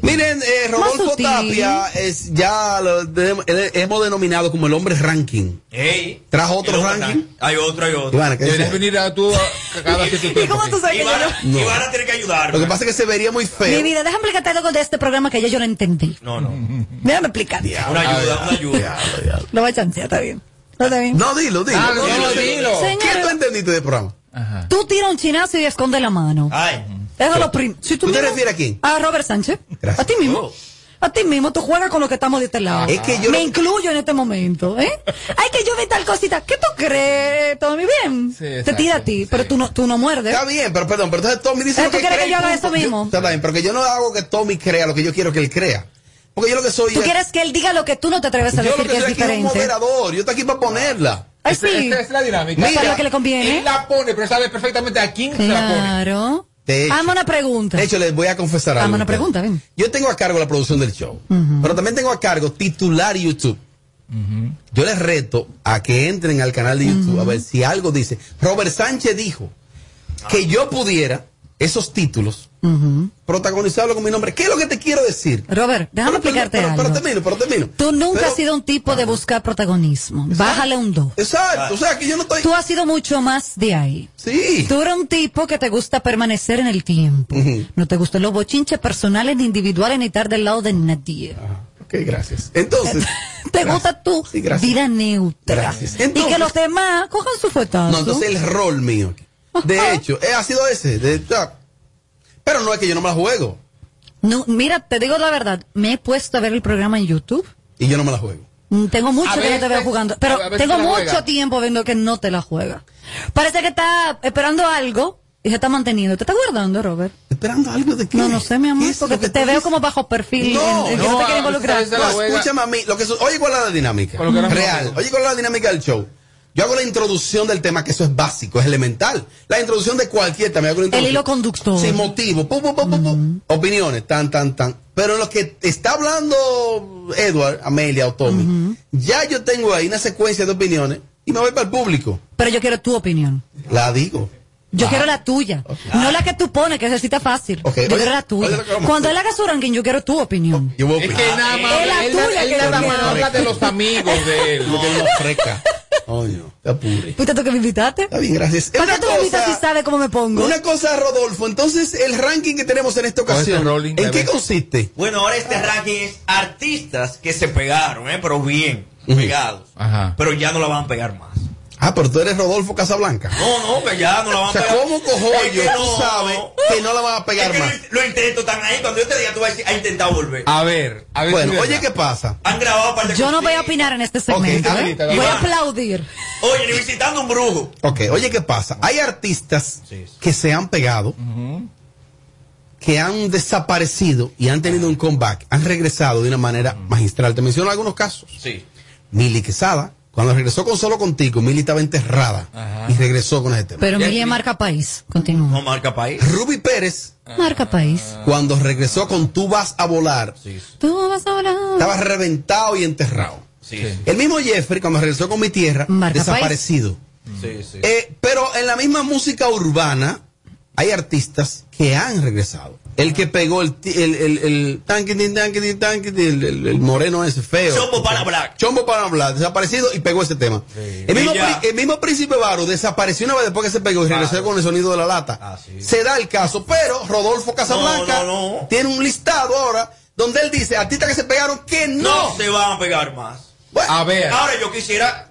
[SPEAKER 2] Miren, eh, Rodolfo
[SPEAKER 3] sutil.
[SPEAKER 2] Tapia es ya lo de- el- hemos denominado como el hombre ranking.
[SPEAKER 16] Ey.
[SPEAKER 2] Trajo otro
[SPEAKER 16] El hombre
[SPEAKER 2] ranking.
[SPEAKER 16] Hay otro, hay otro.
[SPEAKER 2] Ivana, ¿qué
[SPEAKER 4] Deberías
[SPEAKER 2] decía?
[SPEAKER 4] venir a tú a- cada vez que tú te-
[SPEAKER 16] Ivana,
[SPEAKER 2] No.
[SPEAKER 16] Ivana tiene que ayudar.
[SPEAKER 2] Lo que pasa es que se vería muy
[SPEAKER 3] Mi
[SPEAKER 2] feo. Mm.
[SPEAKER 3] vida, déjame explicarte algo de este programa que ya yo no entendí.
[SPEAKER 16] No, no.
[SPEAKER 3] Déjame explicar.
[SPEAKER 16] Una ayuda, una ayuda.
[SPEAKER 3] Lo voy a chancear, está bien. No, está bien.
[SPEAKER 2] No, dilo, dilo.
[SPEAKER 3] Ah, dilo, dilo.
[SPEAKER 2] ¿Qué
[SPEAKER 3] Señores.
[SPEAKER 2] tú entendiste del programa?
[SPEAKER 3] Tú tira un chinazo y esconde la mano.
[SPEAKER 16] Ay.
[SPEAKER 3] Déjalo prim. Si tú,
[SPEAKER 2] ¿Tú te
[SPEAKER 3] miras-
[SPEAKER 2] refieres a quién?
[SPEAKER 3] A Robert Sánchez. A ti mismo. A ti mismo, tú juegas con lo que estamos de este lado.
[SPEAKER 2] Oh. Es que yo
[SPEAKER 3] Me
[SPEAKER 2] lo-
[SPEAKER 3] incluyo en este momento, ¿eh? Ay, que yo vi tal cosita. ¿Qué tú crees, Tommy? Bien. Te
[SPEAKER 2] exacto,
[SPEAKER 3] tira a ti, pero tú no, tú no muerdes.
[SPEAKER 2] Está bien, pero perdón, pero entonces Tommy dice
[SPEAKER 3] Eh,
[SPEAKER 2] lo
[SPEAKER 3] ¿tú
[SPEAKER 2] que
[SPEAKER 3] quieres
[SPEAKER 2] cree
[SPEAKER 3] que yo
[SPEAKER 2] y
[SPEAKER 3] haga
[SPEAKER 2] punto.
[SPEAKER 3] eso mismo?
[SPEAKER 2] Yo- está bien, pero que yo no hago que Tommy crea lo que yo quiero que él crea. Porque yo lo que soy
[SPEAKER 3] Tú
[SPEAKER 2] es-
[SPEAKER 3] quieres que él diga lo que tú no te atreves a
[SPEAKER 2] yo
[SPEAKER 3] decir
[SPEAKER 2] lo que,
[SPEAKER 3] que es
[SPEAKER 2] soy aquí es un
[SPEAKER 3] diferente.
[SPEAKER 2] moderador. Yo estoy aquí para ponerla.
[SPEAKER 3] Ay, sí. Esta es la dinámica. Esta es la que le conviene.
[SPEAKER 4] Él la pone, pero sabe perfectamente a quién se la pone.
[SPEAKER 3] Claro.
[SPEAKER 2] De hecho.
[SPEAKER 3] Hazme una pregunta.
[SPEAKER 2] De hecho, les voy a confesar algo.
[SPEAKER 3] Hazme una pregunta, ven.
[SPEAKER 2] Yo tengo a cargo la producción del show.
[SPEAKER 3] Ujú.
[SPEAKER 2] Pero también tengo a cargo titular YouTube. Yo les reto a que entren al canal de YouTube a ver si algo dice. Robert Sánchez dijo que yo pudiera esos títulos protagonizarlo con mi nombre. ¿Qué es lo que te quiero decir?
[SPEAKER 3] Robert, déjame explicarte
[SPEAKER 2] pero, pero
[SPEAKER 3] algo.
[SPEAKER 2] termino, pero termino.
[SPEAKER 3] Tú nunca has sido un tipo de buscar protagonismo. Bájale un dos.
[SPEAKER 2] Exacto, o sea que yo no estoy.
[SPEAKER 3] Tú has sido mucho más de ahí.
[SPEAKER 2] Sí.
[SPEAKER 3] Tú eres un tipo que te gusta permanecer en el tiempo. No te gustan los bochinches personales ni individuales ni estar del lado de nadie.
[SPEAKER 2] Ok, gracias. Entonces,
[SPEAKER 3] Te gusta tu
[SPEAKER 2] gracias.
[SPEAKER 3] vida neutra.
[SPEAKER 2] Gracias.
[SPEAKER 3] y que los demás cojan su fuetazo.
[SPEAKER 2] no, entonces el rol mío. De hecho, eh, ha sido ese. de- ah, pero no es que yo no me la juego.
[SPEAKER 3] No, mira, te digo la verdad. Me he puesto a ver el programa en YouTube.
[SPEAKER 2] Y yo no me la juego.
[SPEAKER 3] Mm, Tengo mucho
[SPEAKER 2] A
[SPEAKER 3] que no te veo
[SPEAKER 2] veces-
[SPEAKER 3] jugando,
[SPEAKER 2] a
[SPEAKER 3] pero
[SPEAKER 2] veces
[SPEAKER 3] tengo
[SPEAKER 2] la
[SPEAKER 3] mucho
[SPEAKER 2] juega.
[SPEAKER 3] tiempo viendo que no te la juega. Parece que está esperando algo y se está manteniendo. ¿Te estás guardando, Robert?
[SPEAKER 2] ¿Esperando algo de qué?
[SPEAKER 3] No, no sé, mi amor, porque te, veo como bajo perfil, en- en que no te quiere involucrar.
[SPEAKER 2] No, escúchame a mí. Lo que su- oye, ¿cuál es la dinámica?
[SPEAKER 4] Con lo que era
[SPEAKER 2] Real.
[SPEAKER 4] mejor.
[SPEAKER 2] Oye, ¿cuál es la dinámica del show? Yo hago la introducción del tema, que eso es básico, es elemental. La introducción de cualquier tema. yo hago la
[SPEAKER 3] El
[SPEAKER 2] introducción.
[SPEAKER 3] hilo conductor. Mm.
[SPEAKER 2] Sin motivo. Pum, pum, pum, pum, pum. Opiniones, tan, tan, tan. Pero en lo que está hablando Edward, Amelia o Tommy, ya yo tengo ahí una secuencia de opiniones y me voy para el público.
[SPEAKER 3] Pero yo quiero tu opinión.
[SPEAKER 2] La digo.
[SPEAKER 3] Yo quiero la tuya. No la que tú pones, que es cita fácil. yo
[SPEAKER 2] oye,
[SPEAKER 3] quiero la
[SPEAKER 2] oye
[SPEAKER 3] tuya.
[SPEAKER 2] lo que vamos a
[SPEAKER 3] Cuando él haga su ranking, yo quiero tu opinión.
[SPEAKER 2] Yo voy a
[SPEAKER 4] Es
[SPEAKER 2] opinar.
[SPEAKER 4] que nada más
[SPEAKER 3] Es la
[SPEAKER 4] él,
[SPEAKER 3] tuya
[SPEAKER 4] él
[SPEAKER 3] que
[SPEAKER 4] nada
[SPEAKER 3] yo
[SPEAKER 4] más
[SPEAKER 3] quiero.
[SPEAKER 4] habla de los amigos de él.
[SPEAKER 2] Porque es una freca. Coño, te apure.
[SPEAKER 3] Puta, tú que me invitaste. Está
[SPEAKER 2] bien, gracias.
[SPEAKER 3] ¿Para
[SPEAKER 2] Una
[SPEAKER 3] qué tú me invitas
[SPEAKER 2] cosa-
[SPEAKER 3] si sabes cómo me pongo?
[SPEAKER 2] Una cosa, Rodolfo. Entonces, el ranking que tenemos en
[SPEAKER 4] este
[SPEAKER 2] esta ocasión, ¿en qué consiste?
[SPEAKER 16] Bueno, ahora este ranking es artistas que se pegaron, ¿eh? pero bien pegados. Pero ya no la van a pegar más.
[SPEAKER 2] Ah, pero tú eres Rodolfo Casablanca.
[SPEAKER 16] No, no, que ya no la van
[SPEAKER 2] O sea,
[SPEAKER 16] a pegar.
[SPEAKER 2] ¿cómo cojo
[SPEAKER 16] Es
[SPEAKER 2] yo?
[SPEAKER 16] que
[SPEAKER 2] Tú sabes que no la van a pegar
[SPEAKER 16] Es que
[SPEAKER 2] más. Ah,
[SPEAKER 16] Lo, lo intento tan ahí. Cuando yo te diga, tú vas a decir, ha intentado volver.
[SPEAKER 4] A ver, a ver.
[SPEAKER 2] Bueno, oye, ¿qué pasa?
[SPEAKER 16] Han grabado para
[SPEAKER 3] Yo no voy a opinar en este segmento. ¿eh?
[SPEAKER 2] ahorita,
[SPEAKER 3] Voy a
[SPEAKER 2] ahorita.
[SPEAKER 3] aplaudir.
[SPEAKER 16] Oye, ni visitando un brujo.
[SPEAKER 2] Ok, oye, ¿qué pasa? Hay artistas que se han pegado, que han desaparecido y han tenido un comeback, han regresado de una manera magistral. Te menciono algunos casos.
[SPEAKER 16] Sí.
[SPEAKER 2] Mili Quesada, cuando regresó con Solo Contigo, Mili estaba enterrada y regresó con ese tema.
[SPEAKER 3] Pero Miriam marca país. Continúa.
[SPEAKER 16] No marca país.
[SPEAKER 2] Ruby Pérez,
[SPEAKER 3] Marca país.
[SPEAKER 2] cuando regresó con Tú vas a volar,
[SPEAKER 3] Tú vas a volar.
[SPEAKER 2] estaba reventado y enterrado.
[SPEAKER 16] Sí. Sí.
[SPEAKER 2] El mismo Jeffrey, cuando regresó con Mi Tierra,
[SPEAKER 3] Marca
[SPEAKER 2] desaparecido.
[SPEAKER 16] Sí, sí.
[SPEAKER 2] Eh, pero en la misma música urbana hay artistas que han regresado. El que pegó el ti- el el el tanquitín, tanquitín, tanquitín, el, el- el moreno ese feo.
[SPEAKER 16] Chombo para Black.
[SPEAKER 2] Chombo para hablar, desaparecido y pegó ese tema. El mismo,
[SPEAKER 16] Ella-
[SPEAKER 2] pri- el mismo príncipe Varo desapareció una vez después que se pegó y regresó con el sonido de la lata.
[SPEAKER 16] Ah,
[SPEAKER 2] Se da el caso, pero Rodolfo Casablanca
[SPEAKER 16] No, no, no.
[SPEAKER 2] tiene un listado ahora donde él dice artistas que se pegaron que no.
[SPEAKER 16] No se van a pegar más.
[SPEAKER 2] a
[SPEAKER 4] ver.
[SPEAKER 16] Ahora yo quisiera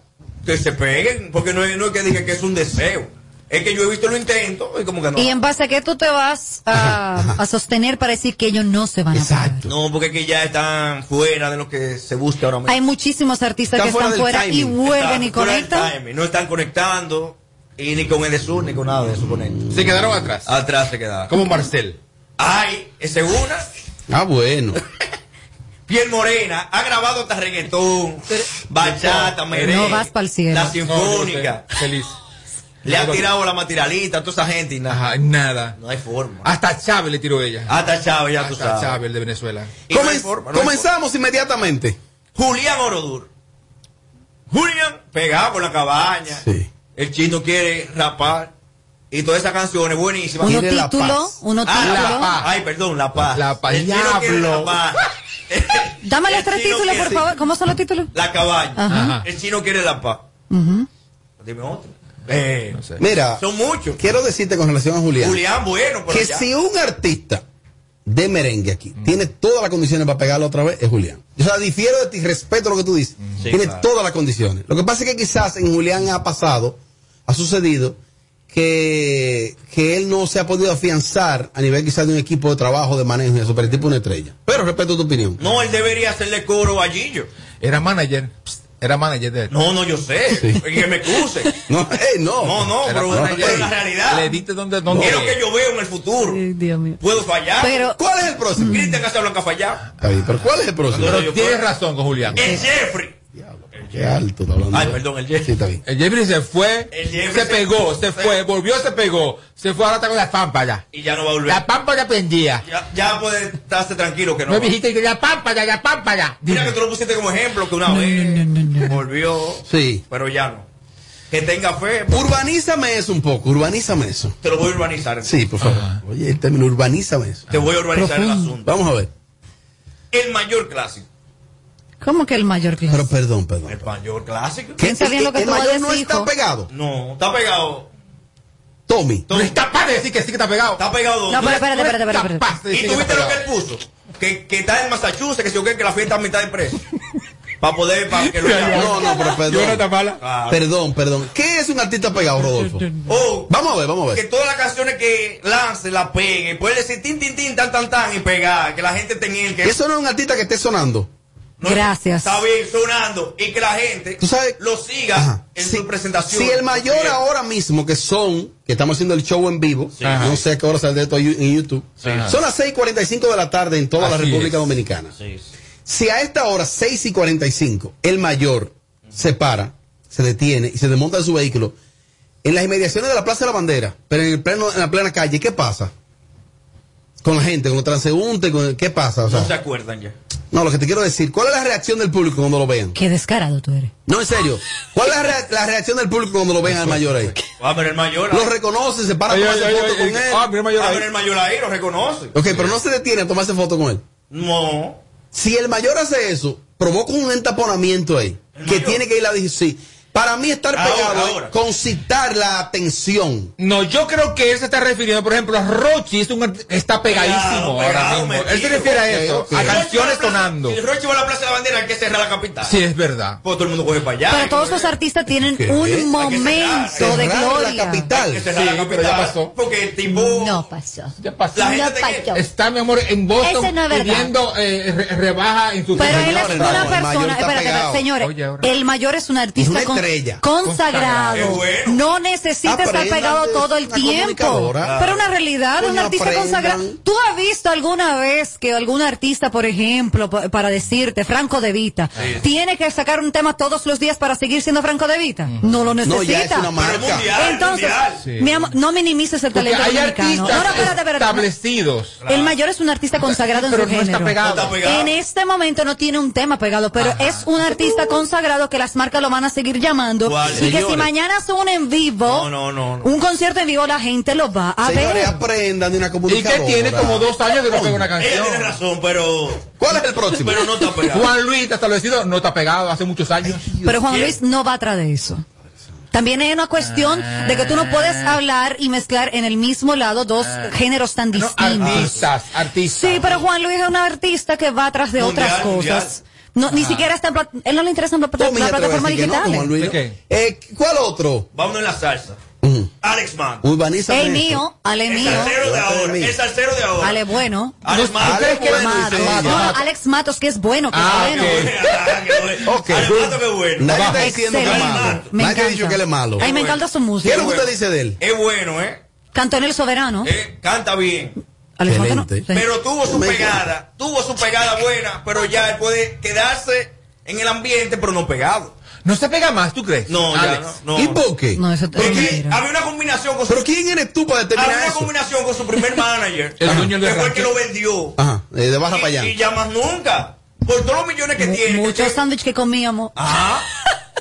[SPEAKER 16] que se peguen, porque no es, no es que diga que es un deseo. Es que yo he visto lo intento y como que no.
[SPEAKER 3] ¿Y en base a qué tú te vas a, a sostener para decir que ellos no se van a parar?
[SPEAKER 16] No, porque es que ya están fuera de lo que se busca ahora mismo.
[SPEAKER 3] Hay muchísimos artistas que están fuera y vuelven y conectan.
[SPEAKER 16] No están conectando y ni con el de sur ni con nada de eso conectan.
[SPEAKER 4] Se quedaron atrás.
[SPEAKER 16] Atrás se quedaron.
[SPEAKER 4] Como Marcel.
[SPEAKER 16] Ay, esa es una.
[SPEAKER 2] Ah, bueno.
[SPEAKER 16] Piel Morena ha grabado hasta reggaetón, bachata, merengue,
[SPEAKER 3] No vas para el cielo.
[SPEAKER 16] la sinfónica.
[SPEAKER 4] Feliz.
[SPEAKER 16] Le ha tirado la materialista a toda esa gente y nada.
[SPEAKER 4] nada.
[SPEAKER 16] No hay forma.
[SPEAKER 4] Hasta Chávez le tiró ella.
[SPEAKER 16] Hasta Chávez, ya tú
[SPEAKER 4] Hasta
[SPEAKER 16] sabes.
[SPEAKER 4] Chávez, el de Venezuela.
[SPEAKER 16] Y no hay
[SPEAKER 2] Comen-
[SPEAKER 16] forma, no hay
[SPEAKER 2] comenzamos inmediatamente.
[SPEAKER 16] Julián Orodur. Julián pegado con la cabaña. El chino quiere rapar. Y todas esas canciones buenísimas.
[SPEAKER 3] Uno
[SPEAKER 16] Quiere La
[SPEAKER 3] título,
[SPEAKER 16] Paz.
[SPEAKER 3] uno
[SPEAKER 16] Ah, La
[SPEAKER 3] título.
[SPEAKER 16] Paz. Ay, perdón, La Paz.
[SPEAKER 4] La Paz.
[SPEAKER 16] El chino quiere
[SPEAKER 4] Diablo.
[SPEAKER 16] rapar.
[SPEAKER 3] Dame los tres
[SPEAKER 16] El chino
[SPEAKER 3] títulos, por
[SPEAKER 16] quiere-
[SPEAKER 3] favor. ¿Cómo son los títulos?
[SPEAKER 16] La cabaña.
[SPEAKER 3] Ajá.
[SPEAKER 16] El chino quiere La Paz.
[SPEAKER 3] Ujú.
[SPEAKER 16] Dime otro. Eh,
[SPEAKER 2] Mira,
[SPEAKER 16] Son muchos.
[SPEAKER 2] quiero decirte con relación a Julián.
[SPEAKER 16] Julián, bueno, pero
[SPEAKER 2] que
[SPEAKER 16] ya. Mm.
[SPEAKER 2] si un artista de merengue aquí tiene todas las condiciones para pegarlo otra vez, es Julián. O sea, difiero de ti, respeto lo que tú dices.
[SPEAKER 16] Mm, Sí,
[SPEAKER 2] tiene
[SPEAKER 16] claro.
[SPEAKER 2] todas las condiciones. Lo que pasa es que quizás en Julián ha pasado, ha sucedido, que, que él no se ha podido afianzar a nivel quizás de un equipo de trabajo, de manejo y eso, pero el tipo es una estrella. Pero respeto tu opinión.
[SPEAKER 16] No, él debería hacerle coro a Gillo.
[SPEAKER 4] Era manager. Era manager de él.
[SPEAKER 16] No, no, yo sé. Que me excuse.
[SPEAKER 4] Eh,
[SPEAKER 2] No, no.
[SPEAKER 16] No, no,
[SPEAKER 4] Era
[SPEAKER 16] pero
[SPEAKER 4] manager.
[SPEAKER 16] es la realidad.
[SPEAKER 4] Le diste donde, donde
[SPEAKER 16] Quiero que yo veo en el futuro. Puedo fallar.
[SPEAKER 2] ¿Cuál es el próximo?
[SPEAKER 16] Cristian Casablanca fallado.
[SPEAKER 2] pero ¿cuál es el próximo?
[SPEAKER 4] Pero tienes razón con Julián.
[SPEAKER 16] El Jeffrey.
[SPEAKER 2] Qué alto está hablando.
[SPEAKER 16] Ay, perdón, el Jeffrey.
[SPEAKER 2] Sí, está bien.
[SPEAKER 4] El Jeffrey se fue,
[SPEAKER 16] Jeffrey
[SPEAKER 4] se pegó, se fue, volvió, se pegó, se fue, ahora está con la pampa ya.
[SPEAKER 16] Y ya no va a volver.
[SPEAKER 4] La pampa ya prendía.
[SPEAKER 16] Ya, ya puede estarse tranquilo que no.
[SPEAKER 4] No
[SPEAKER 16] va.
[SPEAKER 4] dijiste que la pampa ya, la pampa ya.
[SPEAKER 16] Mira que tú lo pusiste como ejemplo que una vez volvió,
[SPEAKER 2] Sí.
[SPEAKER 16] pero ya no. Que tenga fe.
[SPEAKER 2] Urbanízame eso un poco, urbanízame eso.
[SPEAKER 16] Te lo voy a urbanizar.
[SPEAKER 2] Sí, por favor. Oye, el término urbanízame eso.
[SPEAKER 16] Te voy a urbanizar el asunto.
[SPEAKER 2] Vamos a ver.
[SPEAKER 16] El mayor clásico.
[SPEAKER 3] ¿Cómo que el mayor clásico?
[SPEAKER 2] Pero perdón, perdón.
[SPEAKER 16] El mayor clásico.
[SPEAKER 2] ¿Qué
[SPEAKER 3] Está bien lo que
[SPEAKER 2] el
[SPEAKER 3] tú
[SPEAKER 2] mayor
[SPEAKER 3] hayas
[SPEAKER 2] no está
[SPEAKER 3] dicho.
[SPEAKER 2] pegado?
[SPEAKER 16] No, está pegado.
[SPEAKER 2] Tommy.
[SPEAKER 4] No eres capaz de decir que sí que está pegado.
[SPEAKER 16] Está pegado.
[SPEAKER 3] No,
[SPEAKER 16] Tú
[SPEAKER 3] pero
[SPEAKER 16] eres-
[SPEAKER 3] espérate, espérate, espérate. espérate.
[SPEAKER 4] Capaz de
[SPEAKER 16] Y
[SPEAKER 4] decir que
[SPEAKER 16] tú
[SPEAKER 4] está
[SPEAKER 16] viste lo que
[SPEAKER 4] pegado.
[SPEAKER 16] él puso. Que, que está en Massachusetts, que se yo que la fiesta a mitad de precio. Para poder, para que lo llamen.
[SPEAKER 2] No, no, pero perdón.
[SPEAKER 4] Jonathan Mala.
[SPEAKER 16] Claro.
[SPEAKER 2] Perdón, perdón. ¿Qué es un artista pegado, Rodolfo? Oh,
[SPEAKER 16] O
[SPEAKER 2] Vamos a ver, vamos a
[SPEAKER 16] que
[SPEAKER 2] ver.
[SPEAKER 16] todas las canciones que lance la pegue. Puede decir tin, tin, tin, tan, tan, tan y pegar. Que la gente tenga el que.
[SPEAKER 2] Eso no es un artista que esté sonando.
[SPEAKER 16] no-
[SPEAKER 3] Gracias.
[SPEAKER 16] Está bien sonando y que la gente
[SPEAKER 2] Tú sabes-
[SPEAKER 16] lo siga
[SPEAKER 2] Ajá.
[SPEAKER 16] en
[SPEAKER 2] Si-
[SPEAKER 16] su presentación.
[SPEAKER 2] Si el mayor ahora mismo que son, que estamos haciendo el show en vivo,
[SPEAKER 4] Ajá.
[SPEAKER 2] no sé a qué hora saldrá esto en YouTube,
[SPEAKER 4] Ajá.
[SPEAKER 2] son las 6.45 de la tarde en toda la
[SPEAKER 4] Así
[SPEAKER 2] República
[SPEAKER 4] es.
[SPEAKER 2] Dominicana. Si a esta hora, 6 y 45, el mayor se para, se detiene y se desmonta de su vehículo en las inmediaciones de la Plaza de la Bandera, pero en, el pleno, en la plena calle, ¿qué pasa? Con la gente, con los transeúntes, con el- ¿qué pasa? O sea,
[SPEAKER 16] No se acuerdan ya.
[SPEAKER 2] no, lo que te quiero decir, ¿cuál es la reacción del público cuando lo vean?
[SPEAKER 3] Qué descarado tú eres.
[SPEAKER 2] No, en serio, ¿cuál es la, rea- la reacción del público cuando lo vean al mayor ahí?
[SPEAKER 16] Ah, pero el mayor.
[SPEAKER 2] Lo reconoce, se para a
[SPEAKER 4] Ay, ay,
[SPEAKER 2] tomarse
[SPEAKER 4] ay,
[SPEAKER 2] foto
[SPEAKER 4] ay,
[SPEAKER 2] con
[SPEAKER 4] ay,
[SPEAKER 2] él.
[SPEAKER 4] ah, mira el mayor
[SPEAKER 16] Ah,
[SPEAKER 4] ahí.
[SPEAKER 16] pero el mayor ahí lo reconoce.
[SPEAKER 2] Ok, pero no se detiene a tomarse foto con él.
[SPEAKER 16] No.
[SPEAKER 2] Si el mayor hace eso, provoca un entaponamiento ahí.
[SPEAKER 16] ¿El
[SPEAKER 2] Que
[SPEAKER 16] mayor?
[SPEAKER 2] tiene que ir a la sí. Para mí estar
[SPEAKER 16] Ahora,
[SPEAKER 2] pegado
[SPEAKER 16] ahora.
[SPEAKER 2] es concitar la atención.
[SPEAKER 4] No, yo creo que él se está refiriendo, por ejemplo, a Rochi, es un art- está pegadísimo
[SPEAKER 16] Pegado,
[SPEAKER 4] ahora
[SPEAKER 16] pegado,
[SPEAKER 4] mismo. Él se
[SPEAKER 16] metido.
[SPEAKER 4] refiere a
[SPEAKER 2] Ok,
[SPEAKER 4] eso,
[SPEAKER 2] ok.
[SPEAKER 4] a
[SPEAKER 16] El Rochi va
[SPEAKER 4] canciones
[SPEAKER 16] a la plaza-
[SPEAKER 4] sonando.
[SPEAKER 16] El Rochi va a la Plaza de la Bandera, hay que cerrar la capital.
[SPEAKER 4] Sí, es verdad.
[SPEAKER 16] Pues todo el mundo coge para allá.
[SPEAKER 3] Pero todos esos artistas tienen
[SPEAKER 2] ¿Qué? Hay que
[SPEAKER 3] un momento
[SPEAKER 2] Cerrar
[SPEAKER 3] de
[SPEAKER 2] la
[SPEAKER 3] gloria.
[SPEAKER 16] Hay que
[SPEAKER 2] capital.
[SPEAKER 16] cerrar
[SPEAKER 4] Sí,
[SPEAKER 16] la
[SPEAKER 4] pero
[SPEAKER 16] capital.
[SPEAKER 4] ya pasó.
[SPEAKER 16] Porque el tipo.
[SPEAKER 21] No pasó.
[SPEAKER 4] Ya pasó.
[SPEAKER 16] La gente
[SPEAKER 21] No
[SPEAKER 16] te-
[SPEAKER 21] pasó.
[SPEAKER 4] Está, mi amor, en Boston
[SPEAKER 21] Ese no es verdad.
[SPEAKER 4] pidiendo eh, re- rebaja en su
[SPEAKER 3] Pero él es
[SPEAKER 2] Señores, no,
[SPEAKER 3] una
[SPEAKER 2] el mayor
[SPEAKER 3] persona,
[SPEAKER 2] está
[SPEAKER 3] espérate,
[SPEAKER 2] pegado.
[SPEAKER 3] espérate, señores,
[SPEAKER 4] Oye, ahora.
[SPEAKER 3] el mayor es un artista
[SPEAKER 2] Es una
[SPEAKER 3] con-
[SPEAKER 2] estrella. Ah,
[SPEAKER 3] consagrado.
[SPEAKER 16] Consagrado. Qué bueno.
[SPEAKER 3] No necesita estar
[SPEAKER 2] Aprendan
[SPEAKER 3] pegado
[SPEAKER 2] de-
[SPEAKER 3] todo el
[SPEAKER 2] una
[SPEAKER 3] tiempo.
[SPEAKER 2] comunicadora.
[SPEAKER 3] Pero una realidad,
[SPEAKER 2] Coño,
[SPEAKER 3] un artista
[SPEAKER 2] aprendan.
[SPEAKER 3] consagrado. ¿Tú has visto alguna vez que algún artista, por ejemplo, pa- para decirte, Franco De Vita, tiene que sacar un tema todos los días para seguir siendo Franco De Vita? No lo necesita.
[SPEAKER 2] No, ya es una marca.
[SPEAKER 16] Mundial,
[SPEAKER 3] Entonces,
[SPEAKER 16] mundial.
[SPEAKER 4] Sí.
[SPEAKER 3] mi amor, no minimices el
[SPEAKER 4] Porque
[SPEAKER 3] talento
[SPEAKER 4] hay
[SPEAKER 3] dominicano.
[SPEAKER 4] artistas
[SPEAKER 3] No, no, espérate, espérate.
[SPEAKER 4] establecidos.
[SPEAKER 3] El mayor es un artista consagrado en
[SPEAKER 4] Pero
[SPEAKER 3] su
[SPEAKER 4] no
[SPEAKER 3] género.
[SPEAKER 4] está pegado.
[SPEAKER 16] No está pegado.
[SPEAKER 3] En este momento no tiene un tema pegado, pero es un artista consagrado que las marcas lo van a seguir llamando.
[SPEAKER 16] ¿Cuál?
[SPEAKER 3] Y que si
[SPEAKER 2] Señores.
[SPEAKER 3] mañana son en vivo,
[SPEAKER 16] No, no, no, no.
[SPEAKER 3] un concierto en vivo, la gente lo va a ver.
[SPEAKER 2] Señores, aprendan de una
[SPEAKER 4] Y
[SPEAKER 2] comunicadora.
[SPEAKER 4] que tiene como dos años que no pega una
[SPEAKER 16] Ella
[SPEAKER 4] canción.
[SPEAKER 16] tiene razón, pero.
[SPEAKER 2] ¿Cuál es el próximo?
[SPEAKER 16] Pero no está pegado.
[SPEAKER 4] Juan Luis está establecido, no está pegado hace muchos años.
[SPEAKER 3] Pero Juan
[SPEAKER 16] ¿Quién?
[SPEAKER 3] Luis no va atrás de eso. También es una cuestión de que tú no puedes
[SPEAKER 4] Ah.
[SPEAKER 3] hablar y mezclar en el mismo lado dos géneros tan
[SPEAKER 4] No,
[SPEAKER 3] distintos.
[SPEAKER 4] artistas, artistas.
[SPEAKER 3] Sí, pero Juan Luis es un artista que va atrás de
[SPEAKER 16] Mundial,
[SPEAKER 3] otras cosas.
[SPEAKER 16] mundial.
[SPEAKER 3] No, ni siquiera está en plat- él no le interesa en plat-
[SPEAKER 2] Tommy ya
[SPEAKER 3] las
[SPEAKER 2] te va a
[SPEAKER 3] plataformas
[SPEAKER 2] decir que no,
[SPEAKER 3] digitales.
[SPEAKER 2] Juan Luis,
[SPEAKER 4] ¿De
[SPEAKER 2] ¿no?
[SPEAKER 4] qué?
[SPEAKER 2] Eh, ¿Cuál otro?
[SPEAKER 16] Vámonos en la salsa.
[SPEAKER 2] Ujú.
[SPEAKER 16] Alex Mann.
[SPEAKER 2] Urbanízame
[SPEAKER 3] Ey,
[SPEAKER 2] eso.
[SPEAKER 3] mío, ale
[SPEAKER 16] El
[SPEAKER 3] mío,
[SPEAKER 16] salsero de ahora. El salsero de ahora.
[SPEAKER 3] ale bueno.
[SPEAKER 16] Alex Mann.
[SPEAKER 2] Ale
[SPEAKER 16] Alex
[SPEAKER 2] bueno,
[SPEAKER 16] Mann.
[SPEAKER 2] dice ella.
[SPEAKER 3] Matos. No, Alex Matos, que es bueno, que
[SPEAKER 4] Ah,
[SPEAKER 3] es bueno.
[SPEAKER 4] ok.
[SPEAKER 16] Ah, qué bueno.
[SPEAKER 2] Ok.
[SPEAKER 16] Alex Mann, qué bueno.
[SPEAKER 2] Nadie está diciendo que es
[SPEAKER 3] Excelente.
[SPEAKER 2] malo.
[SPEAKER 3] Me
[SPEAKER 2] Nadie ha
[SPEAKER 3] encanta.
[SPEAKER 2] dicho que él es malo.
[SPEAKER 3] Ay, me
[SPEAKER 16] bueno.
[SPEAKER 3] encanta su
[SPEAKER 2] ¿Qué es
[SPEAKER 3] música.
[SPEAKER 2] lo que usted dice de él?
[SPEAKER 16] Es bueno, ¿eh?
[SPEAKER 3] Cantó en El Soberano.
[SPEAKER 16] Eh, Canta bien.
[SPEAKER 3] Alex Matos no-
[SPEAKER 2] Excelente.
[SPEAKER 3] sí.
[SPEAKER 16] Pero tuvo su
[SPEAKER 2] Me-
[SPEAKER 16] pegada. Tuvo su pegada buena, pero ya él puede quedarse en el ambiente, pero no pegado.
[SPEAKER 4] No se pega más, ¿tú crees?
[SPEAKER 16] No, ya
[SPEAKER 4] Alex.
[SPEAKER 16] no. no.
[SPEAKER 2] ¿Y por qué?
[SPEAKER 3] No, eso te
[SPEAKER 16] Porque
[SPEAKER 3] mentira.
[SPEAKER 16] había una combinación con su
[SPEAKER 2] ¿Pero quién eres tú para
[SPEAKER 16] Había
[SPEAKER 2] determinar
[SPEAKER 16] una
[SPEAKER 2] eso?
[SPEAKER 16] combinación con su primer manager.
[SPEAKER 4] El dueño del
[SPEAKER 16] que fue el
[SPEAKER 4] rancho.
[SPEAKER 16] que lo vendió.
[SPEAKER 2] Ajá, eh, de baja
[SPEAKER 16] y,
[SPEAKER 2] para allá.
[SPEAKER 16] y ya más nunca. Por todos los millones que tiene.
[SPEAKER 3] Muchos
[SPEAKER 16] que-
[SPEAKER 3] sándwiches que comíamos.
[SPEAKER 16] Ajá. Ah,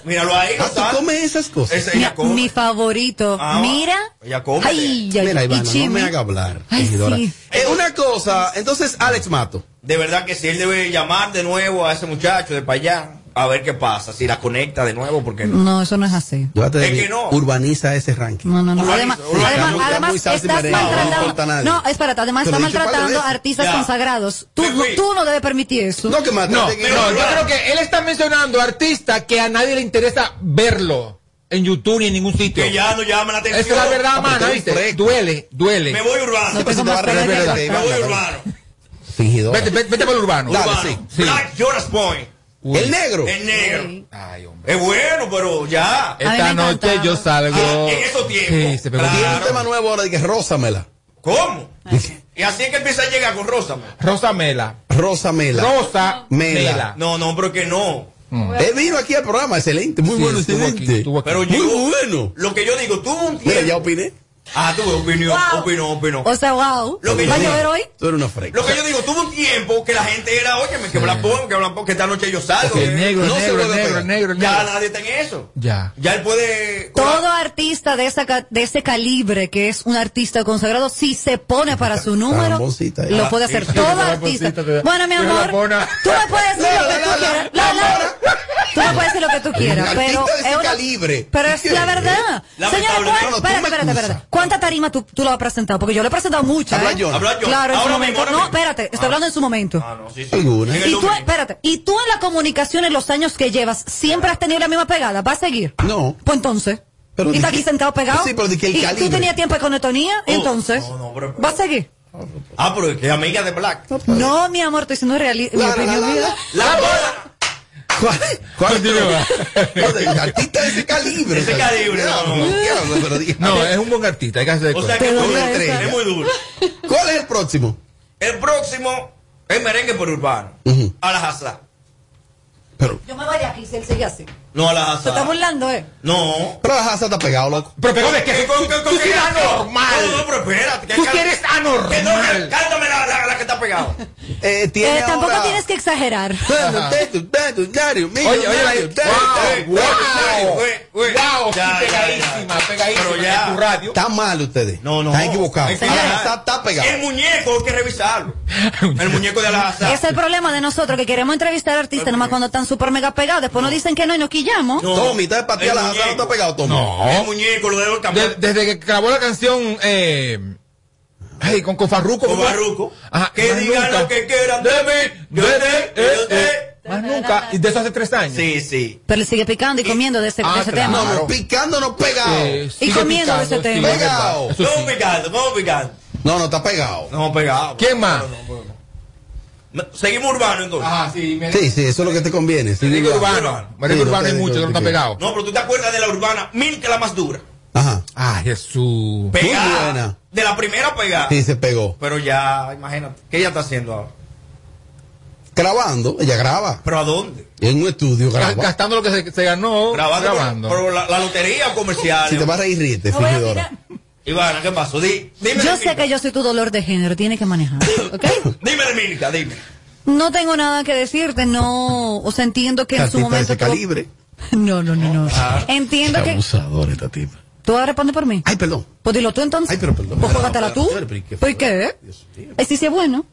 [SPEAKER 16] Míralo ahí.
[SPEAKER 2] Ah, tú
[SPEAKER 16] Gonzalo.
[SPEAKER 2] comes esas cosas.
[SPEAKER 16] Ese-
[SPEAKER 3] Mi,
[SPEAKER 16] ella come.
[SPEAKER 3] mi favorito.
[SPEAKER 16] Ah,
[SPEAKER 3] Mira.
[SPEAKER 16] ella come.
[SPEAKER 3] Ay, ay,
[SPEAKER 2] Mira,
[SPEAKER 3] y
[SPEAKER 2] Ivana, no
[SPEAKER 3] Chimi.
[SPEAKER 2] me haga hablar.
[SPEAKER 3] Ay,
[SPEAKER 2] regidora.
[SPEAKER 3] sí.
[SPEAKER 2] Eh, una cosa, entonces Alex Mato.
[SPEAKER 16] De verdad que si él debe llamar de nuevo a ese muchacho de para allá. A ver qué pasa. Si la conecta de nuevo, porque no.
[SPEAKER 3] No, eso no es así.
[SPEAKER 2] yo te
[SPEAKER 16] Es
[SPEAKER 2] digo,
[SPEAKER 16] que no.
[SPEAKER 2] Urbaniza ese ranking.
[SPEAKER 3] No, no, no.
[SPEAKER 16] Urbaniza,
[SPEAKER 3] Además,
[SPEAKER 16] urbaniza.
[SPEAKER 3] además,
[SPEAKER 2] Ya
[SPEAKER 3] además
[SPEAKER 2] muy salsa y
[SPEAKER 3] estás
[SPEAKER 2] merengue, no
[SPEAKER 3] maltratando.
[SPEAKER 2] importa a nadie.
[SPEAKER 3] No, espérate, además
[SPEAKER 2] Te lo he
[SPEAKER 3] está
[SPEAKER 2] dicho un par de
[SPEAKER 3] maltratando
[SPEAKER 2] veces.
[SPEAKER 3] artistas
[SPEAKER 16] Ya.
[SPEAKER 3] consagrados. Tú,
[SPEAKER 16] Sí,
[SPEAKER 3] no-
[SPEAKER 16] sí.
[SPEAKER 3] tú no debes permitir eso.
[SPEAKER 2] No, que mate.
[SPEAKER 4] No,
[SPEAKER 2] que-
[SPEAKER 4] no, yo creo que él está mencionando artistas que a nadie le interesa verlo en YouTube ni en ningún sitio.
[SPEAKER 16] Que ya no llama la
[SPEAKER 4] Esa
[SPEAKER 16] atención.
[SPEAKER 4] es la verdad,
[SPEAKER 2] Porque
[SPEAKER 4] mano,
[SPEAKER 2] estoy
[SPEAKER 4] ¿viste?
[SPEAKER 2] fresco.
[SPEAKER 4] Duele, duele.
[SPEAKER 16] Me voy urbano.
[SPEAKER 3] No
[SPEAKER 2] Pues
[SPEAKER 3] tengo
[SPEAKER 2] si te va a
[SPEAKER 3] más pena
[SPEAKER 2] arreglar,
[SPEAKER 3] que-
[SPEAKER 2] te
[SPEAKER 16] Me
[SPEAKER 2] va a
[SPEAKER 16] voy
[SPEAKER 2] arreglar.
[SPEAKER 16] urbano.
[SPEAKER 2] Fingidora.
[SPEAKER 4] Vete, vete, vete por el urbano.
[SPEAKER 2] Dale,
[SPEAKER 16] Urbano.
[SPEAKER 2] sí.
[SPEAKER 16] Black Jonas Point.
[SPEAKER 2] El negro.
[SPEAKER 16] El negro. Es bueno, pero ya.
[SPEAKER 4] Esta noche yo salgo.
[SPEAKER 16] Ah, en esos tiempos.
[SPEAKER 4] Sí, se pegó.
[SPEAKER 2] Tiene un tema nuevo ahora de que rózamela.
[SPEAKER 16] ¿Cómo? Y así es que empieza a llegar con Rosa. man.
[SPEAKER 4] Rosa Mela.
[SPEAKER 2] Rosa Mela.
[SPEAKER 4] Rosa
[SPEAKER 2] Mela.
[SPEAKER 4] Mela.
[SPEAKER 16] No, no, pero que no.
[SPEAKER 2] Él vino aquí al programa, excelente, muy
[SPEAKER 16] Sí,
[SPEAKER 2] bueno,
[SPEAKER 16] estuvo aquí,
[SPEAKER 2] excelente.
[SPEAKER 16] estuvo aquí. Pero
[SPEAKER 2] muy
[SPEAKER 16] llegó-
[SPEAKER 2] bueno.
[SPEAKER 16] Lo que yo digo, tuvo un
[SPEAKER 2] Mira,
[SPEAKER 16] tiempo.
[SPEAKER 2] ya opiné.
[SPEAKER 16] Ah, tuve opinión, opinó, opinó.
[SPEAKER 3] O sea, wow.
[SPEAKER 16] Lo que
[SPEAKER 3] ¿Va a
[SPEAKER 16] yo-
[SPEAKER 3] llover hoy?
[SPEAKER 2] Tú eres una freca.
[SPEAKER 16] Lo que yo digo, tuvo un tiempo que la gente era, oye, que blapón, que blapón, que esta noche yo salgo.
[SPEAKER 4] Ok, negro,
[SPEAKER 16] no
[SPEAKER 4] negro,
[SPEAKER 16] vuelve a
[SPEAKER 4] negro,
[SPEAKER 16] pegar.
[SPEAKER 4] negro,
[SPEAKER 16] Ya
[SPEAKER 4] negro.
[SPEAKER 16] nadie está en eso.
[SPEAKER 4] Ya.
[SPEAKER 16] Ya él puede.
[SPEAKER 3] Todo artista de, esa, ca- de ese calibre, que es un artista consagrado, si se pone para su número,
[SPEAKER 2] Ramboncita,
[SPEAKER 3] lo
[SPEAKER 2] ya.
[SPEAKER 3] puede hacer.
[SPEAKER 2] Sí, sí,
[SPEAKER 3] Todo
[SPEAKER 2] la
[SPEAKER 3] artista.
[SPEAKER 2] Ramboncita te da.
[SPEAKER 3] Bueno, mi
[SPEAKER 2] Mira,
[SPEAKER 3] amor,
[SPEAKER 2] Ramona.
[SPEAKER 3] tú me puedes decir lo que tú quieras. La- la- Tú me puedes decir lo que tú quieras,
[SPEAKER 2] Un
[SPEAKER 3] pero
[SPEAKER 2] artista de ese
[SPEAKER 3] es, una-
[SPEAKER 2] calibre.
[SPEAKER 3] pero es
[SPEAKER 2] ¿Qué?
[SPEAKER 3] la verdad.
[SPEAKER 2] Lamentable.
[SPEAKER 3] Señora,
[SPEAKER 2] No, no, tú
[SPEAKER 3] ¿cuál, espérate,
[SPEAKER 2] me
[SPEAKER 3] espérate,
[SPEAKER 2] acusas.
[SPEAKER 3] espérate. ¿cuánta tarima tú, tú lo has presentado? Porque yo le he presentado muchas.
[SPEAKER 2] Habla
[SPEAKER 3] ¿eh?
[SPEAKER 2] Jonah. Habla Jonah.
[SPEAKER 3] Claro, en su
[SPEAKER 2] Ahora
[SPEAKER 3] momento.
[SPEAKER 2] mismo, ahora
[SPEAKER 3] no,
[SPEAKER 2] mismo. Ah.
[SPEAKER 3] espérate, estoy hablando en su momento.
[SPEAKER 2] Alguna.
[SPEAKER 3] Y tú, espérate, y tú en la comunicación en los años que llevas, siempre has tenido la misma pegada, ¿va a seguir?
[SPEAKER 2] No.
[SPEAKER 3] Pues entonces.
[SPEAKER 2] Pero
[SPEAKER 3] y
[SPEAKER 2] di
[SPEAKER 3] está
[SPEAKER 2] que-
[SPEAKER 3] aquí sentado pegado.
[SPEAKER 2] Sí, pero di que el
[SPEAKER 3] y
[SPEAKER 2] calibre. Oh,
[SPEAKER 3] tú tenías tiempo de conetonía, entonces. ¿Va a seguir?
[SPEAKER 16] Ah, pero es que es amiga de Black.
[SPEAKER 3] No, mi amor, estoy siendo realista.
[SPEAKER 16] La, la, la, La bola.
[SPEAKER 2] ¿Cuál? ¿Cuál El artista de ese calibre.
[SPEAKER 16] Ese calibre, no, no.
[SPEAKER 2] Diablo, pero di-
[SPEAKER 4] No, es un buen artista. Hay que hacer
[SPEAKER 16] O sea que
[SPEAKER 2] Te doy
[SPEAKER 16] tuvo
[SPEAKER 2] esa.
[SPEAKER 16] un tren, es muy duro.
[SPEAKER 2] ¿Cuál es el próximo?
[SPEAKER 16] El próximo es merengue por urbano. A la Hazá.
[SPEAKER 3] Yo me voy de aquí si él sigue así.
[SPEAKER 16] No a la
[SPEAKER 2] Ah.
[SPEAKER 3] Se está
[SPEAKER 16] Hazá.
[SPEAKER 3] burlando, ¿eh?
[SPEAKER 16] No.
[SPEAKER 2] Pero la Hazza está pegado, loco.
[SPEAKER 4] Pero pegó de
[SPEAKER 16] ¿Qué?
[SPEAKER 4] qué?
[SPEAKER 16] ¿Con, con, con
[SPEAKER 4] Tú
[SPEAKER 16] qué
[SPEAKER 4] sí eres
[SPEAKER 16] ganó?
[SPEAKER 4] anormal.
[SPEAKER 16] No, no, pero espérate.
[SPEAKER 4] Tú
[SPEAKER 16] cal-
[SPEAKER 4] sí eres anormal.
[SPEAKER 16] Que no, que- cántame la, la, la que está pegado.
[SPEAKER 2] Eh,
[SPEAKER 3] Eh,
[SPEAKER 2] tiene
[SPEAKER 3] tampoco
[SPEAKER 2] ahora-
[SPEAKER 3] tienes que exagerar.
[SPEAKER 2] Bueno, de tu- de tu diario, mío,
[SPEAKER 4] Oye, oye, la-
[SPEAKER 2] diario, de- de-
[SPEAKER 4] wow, wow,
[SPEAKER 16] wow,
[SPEAKER 4] wow, sí,
[SPEAKER 16] Ya, ya,
[SPEAKER 4] pegadísima, pegadísima
[SPEAKER 16] Pero ya.
[SPEAKER 4] en tu radio.
[SPEAKER 2] Está mal ustedes. No, no. Están equivocados.
[SPEAKER 16] Hay que
[SPEAKER 2] Ahora
[SPEAKER 16] ganar.
[SPEAKER 2] está, está pegado.
[SPEAKER 16] El muñeco hay que revisarlo. El muñeco de la Hazá.
[SPEAKER 3] Es el problema de nosotros que queremos entrevistar artistas nomás cuando están super mega pegados. Después nos dicen que no y nos quillamos.
[SPEAKER 2] Tommy, está de patilla,
[SPEAKER 16] El
[SPEAKER 2] la Hazza no está
[SPEAKER 16] muñeco.
[SPEAKER 2] pegado, Tommy.
[SPEAKER 4] No.
[SPEAKER 16] El muñeco lo debo cambiar.
[SPEAKER 4] De- desde que grabó la canción eh, ay, con, con Farruko.
[SPEAKER 16] Con
[SPEAKER 4] ¿cómo?
[SPEAKER 16] Farruko.
[SPEAKER 4] Ajá,
[SPEAKER 16] Que
[SPEAKER 4] más
[SPEAKER 16] digan
[SPEAKER 4] nunca.
[SPEAKER 16] lo que quieran de mí. Yo
[SPEAKER 4] De-
[SPEAKER 16] te-
[SPEAKER 4] eh,
[SPEAKER 16] yo te-
[SPEAKER 4] Más nunca. Y de eso hace tres años.
[SPEAKER 16] Sí, sí.
[SPEAKER 3] Pero él sigue picando y comiendo de ese, de
[SPEAKER 4] Ah,
[SPEAKER 3] ese
[SPEAKER 4] claro.
[SPEAKER 3] tema.
[SPEAKER 2] No, no, picando no pegado.
[SPEAKER 4] Eh,
[SPEAKER 3] Y
[SPEAKER 4] sigue
[SPEAKER 3] comiendo
[SPEAKER 4] picando,
[SPEAKER 3] ese tema.
[SPEAKER 4] sigue
[SPEAKER 2] Pegado.
[SPEAKER 4] picando. Eso
[SPEAKER 16] Vamos
[SPEAKER 4] sí.
[SPEAKER 16] picando, vamos picando.
[SPEAKER 2] No, no está pegado.
[SPEAKER 16] No, pegado.
[SPEAKER 4] ¿Quién más?
[SPEAKER 16] No, Seguimos urbano entonces.
[SPEAKER 4] Ajá, sí. me-
[SPEAKER 2] Sí, sí, eso es lo que te conviene. Sí,
[SPEAKER 4] Merengue
[SPEAKER 2] digo,
[SPEAKER 4] urbano. Merengue
[SPEAKER 2] Sí,
[SPEAKER 4] urbano
[SPEAKER 2] no
[SPEAKER 4] hay
[SPEAKER 2] te-
[SPEAKER 4] mucho,
[SPEAKER 2] no
[SPEAKER 4] no
[SPEAKER 2] te
[SPEAKER 4] está
[SPEAKER 2] quiero.
[SPEAKER 4] pegado.
[SPEAKER 16] No, pero tú te acuerdas de la urbana, mil que la más dura.
[SPEAKER 2] Ajá.
[SPEAKER 4] Ah, Jesús.
[SPEAKER 16] Pegada.
[SPEAKER 2] Muy buena.
[SPEAKER 16] De la primera pegada.
[SPEAKER 2] Sí, se pegó.
[SPEAKER 16] Pero ya, imagínate, ¿qué ella está haciendo ahora?
[SPEAKER 2] Grabando, ella graba.
[SPEAKER 16] ¿Pero a dónde?
[SPEAKER 2] En un estudio
[SPEAKER 4] Ga-
[SPEAKER 2] graba.
[SPEAKER 4] Gastando lo que se, se ganó.
[SPEAKER 16] Grabando.
[SPEAKER 4] Grabando.
[SPEAKER 16] por- por la, la lotería o comercial.
[SPEAKER 2] Si te vas a reír, ríete,
[SPEAKER 3] No voy a
[SPEAKER 2] fingidora.
[SPEAKER 3] mirar.
[SPEAKER 16] Ivana, ¿qué pasó? Di- dime
[SPEAKER 3] Yo
[SPEAKER 16] de
[SPEAKER 3] sé
[SPEAKER 16] Milka.
[SPEAKER 3] que yo soy tu dolor de género, tiene que manejar. ¿Ok?
[SPEAKER 16] Dime de Milka, dime.
[SPEAKER 3] No tengo nada que decirte, no. O sea, entiendo que en
[SPEAKER 2] Artista
[SPEAKER 3] su
[SPEAKER 2] de
[SPEAKER 3] momento.
[SPEAKER 2] ese
[SPEAKER 3] tú-
[SPEAKER 2] calibre.
[SPEAKER 3] No, no, no, no. Entiendo que.
[SPEAKER 2] Ah, abusador esta tipa.
[SPEAKER 3] ¿Tú vas a responder por mí?
[SPEAKER 2] Ay, perdón.
[SPEAKER 3] Pues dilo tú entonces.
[SPEAKER 2] Ay, pero perdón.
[SPEAKER 3] Pues juégatela tú.
[SPEAKER 2] Pero, pero, ¿y qué fue?
[SPEAKER 3] ¿Pues qué?
[SPEAKER 2] Dios mío.
[SPEAKER 3] Ay, sí, sí, es bueno.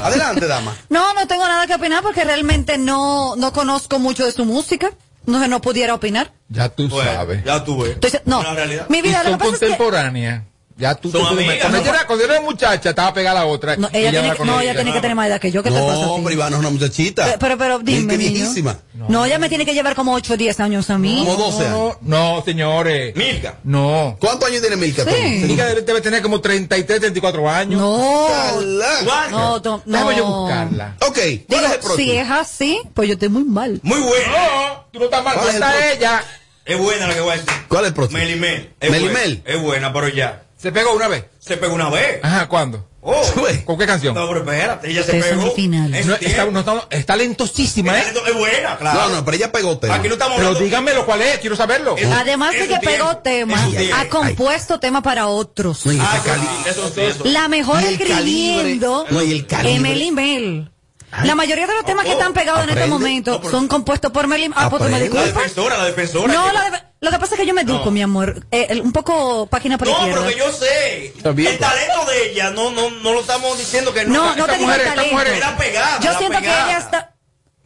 [SPEAKER 2] Adelante, dama.
[SPEAKER 3] No, no tengo nada que opinar porque realmente no, no conozco mucho de su música. No sé, no pudiera opinar.
[SPEAKER 4] Ya tú
[SPEAKER 16] Bueno,
[SPEAKER 4] sabes.
[SPEAKER 16] ya tú ves.
[SPEAKER 3] Entonces, no.
[SPEAKER 16] Una realidad.
[SPEAKER 3] Mi
[SPEAKER 4] Y
[SPEAKER 3] vida, lo que
[SPEAKER 4] son
[SPEAKER 3] pasa es que.
[SPEAKER 4] contemporáneas. Ya tú
[SPEAKER 16] Son
[SPEAKER 4] tú- tú-
[SPEAKER 16] amigas,
[SPEAKER 4] cuando,
[SPEAKER 16] ¿no?
[SPEAKER 4] ella era, cuando era muchacha estaba pegada a la otra.
[SPEAKER 3] No,
[SPEAKER 4] y
[SPEAKER 3] ella
[SPEAKER 4] ya
[SPEAKER 3] tiene
[SPEAKER 4] la
[SPEAKER 3] que, no, ella
[SPEAKER 4] conocía.
[SPEAKER 3] tiene que tener más edad que yo. ¿Qué te pasa? a
[SPEAKER 2] No,
[SPEAKER 3] ti?
[SPEAKER 2] pero Ivana es una muchachita.
[SPEAKER 3] Pero, pero, pero dime. niño.
[SPEAKER 2] Inteligentísima.
[SPEAKER 3] No. ella me tiene que llevar como 8 o 10 años a mí.
[SPEAKER 2] Como 12 años.
[SPEAKER 4] No, no, señores.
[SPEAKER 16] Milka.
[SPEAKER 4] No.
[SPEAKER 2] ¿Cuántos años tiene Milka? Tommy?
[SPEAKER 3] Sí.
[SPEAKER 4] Milka debe, debe tener como 33, 34 años.
[SPEAKER 3] No.
[SPEAKER 2] Cala.
[SPEAKER 3] No, Tom, no.
[SPEAKER 4] Déjame yo buscarla.
[SPEAKER 2] Ok, ¿cuál
[SPEAKER 3] Digo,
[SPEAKER 2] es el próximo?
[SPEAKER 3] si es así, pues yo estoy muy mal.
[SPEAKER 16] Muy buena.
[SPEAKER 4] No, tú no estás mal.
[SPEAKER 2] ¿Cuál
[SPEAKER 4] ¿Dónde
[SPEAKER 2] es el
[SPEAKER 4] está ella?
[SPEAKER 16] Es buena la que voy a decir.
[SPEAKER 2] ¿Cuál es el próximo?
[SPEAKER 16] Melimel. Es
[SPEAKER 2] Melimel.
[SPEAKER 16] buena, es buena, pero ya.
[SPEAKER 4] Se pegó una vez.
[SPEAKER 16] Se pegó una vez.
[SPEAKER 4] Ajá, ¿cuándo?
[SPEAKER 16] Oh.
[SPEAKER 2] Sube.
[SPEAKER 4] ¿Con qué canción?
[SPEAKER 16] No, pero espérate, ella se
[SPEAKER 3] Ustedes son
[SPEAKER 16] pegó.
[SPEAKER 3] originales.
[SPEAKER 16] Es
[SPEAKER 4] No, está,
[SPEAKER 16] tiempo.
[SPEAKER 4] no está- es talentosísima, ¿eh?
[SPEAKER 16] Es buena, claro.
[SPEAKER 2] No, no, pero ella pegó tema.
[SPEAKER 16] Aquí no estamos
[SPEAKER 4] Pero
[SPEAKER 16] hablando.
[SPEAKER 4] díganmelo cuál es, quiero saberlo.
[SPEAKER 16] Es-
[SPEAKER 3] Además de
[SPEAKER 16] es
[SPEAKER 3] que
[SPEAKER 16] un
[SPEAKER 3] pegó
[SPEAKER 16] tiempo,
[SPEAKER 3] tema,
[SPEAKER 16] es un tiempo.
[SPEAKER 3] ha compuesto tema para otros.
[SPEAKER 2] No, y ese
[SPEAKER 16] Ah,
[SPEAKER 2] cali-
[SPEAKER 16] sí, eso sí, eso.
[SPEAKER 3] La mejor
[SPEAKER 2] Y el
[SPEAKER 3] escribiendo
[SPEAKER 2] calibre. No, y el calibre.
[SPEAKER 3] Melin Bell.
[SPEAKER 2] Ay.
[SPEAKER 3] La mayoría de los temas que están pegados en este
[SPEAKER 2] Aprende.
[SPEAKER 3] momento
[SPEAKER 16] Oh, No, pero-
[SPEAKER 3] son compuestos por Melin. Ah, pues tú me
[SPEAKER 2] Aprende.
[SPEAKER 16] La
[SPEAKER 3] disculpas.
[SPEAKER 16] defensora, la defensora.
[SPEAKER 3] No,
[SPEAKER 16] que-
[SPEAKER 3] la de- lo que pasa es que yo me educo, mi amor. Eh, el- un poco página por
[SPEAKER 16] No,
[SPEAKER 3] izquierda.
[SPEAKER 16] pero que yo sé.
[SPEAKER 2] bien.
[SPEAKER 16] El talento de ella, no, no, no lo estamos diciendo que
[SPEAKER 3] No, no
[SPEAKER 4] Esta
[SPEAKER 3] te digo
[SPEAKER 4] mujer,
[SPEAKER 3] el
[SPEAKER 4] esta
[SPEAKER 3] talento.
[SPEAKER 4] mujer
[SPEAKER 16] Era pegada.
[SPEAKER 3] Yo
[SPEAKER 16] la
[SPEAKER 3] siento que
[SPEAKER 16] pegada.
[SPEAKER 3] ella está.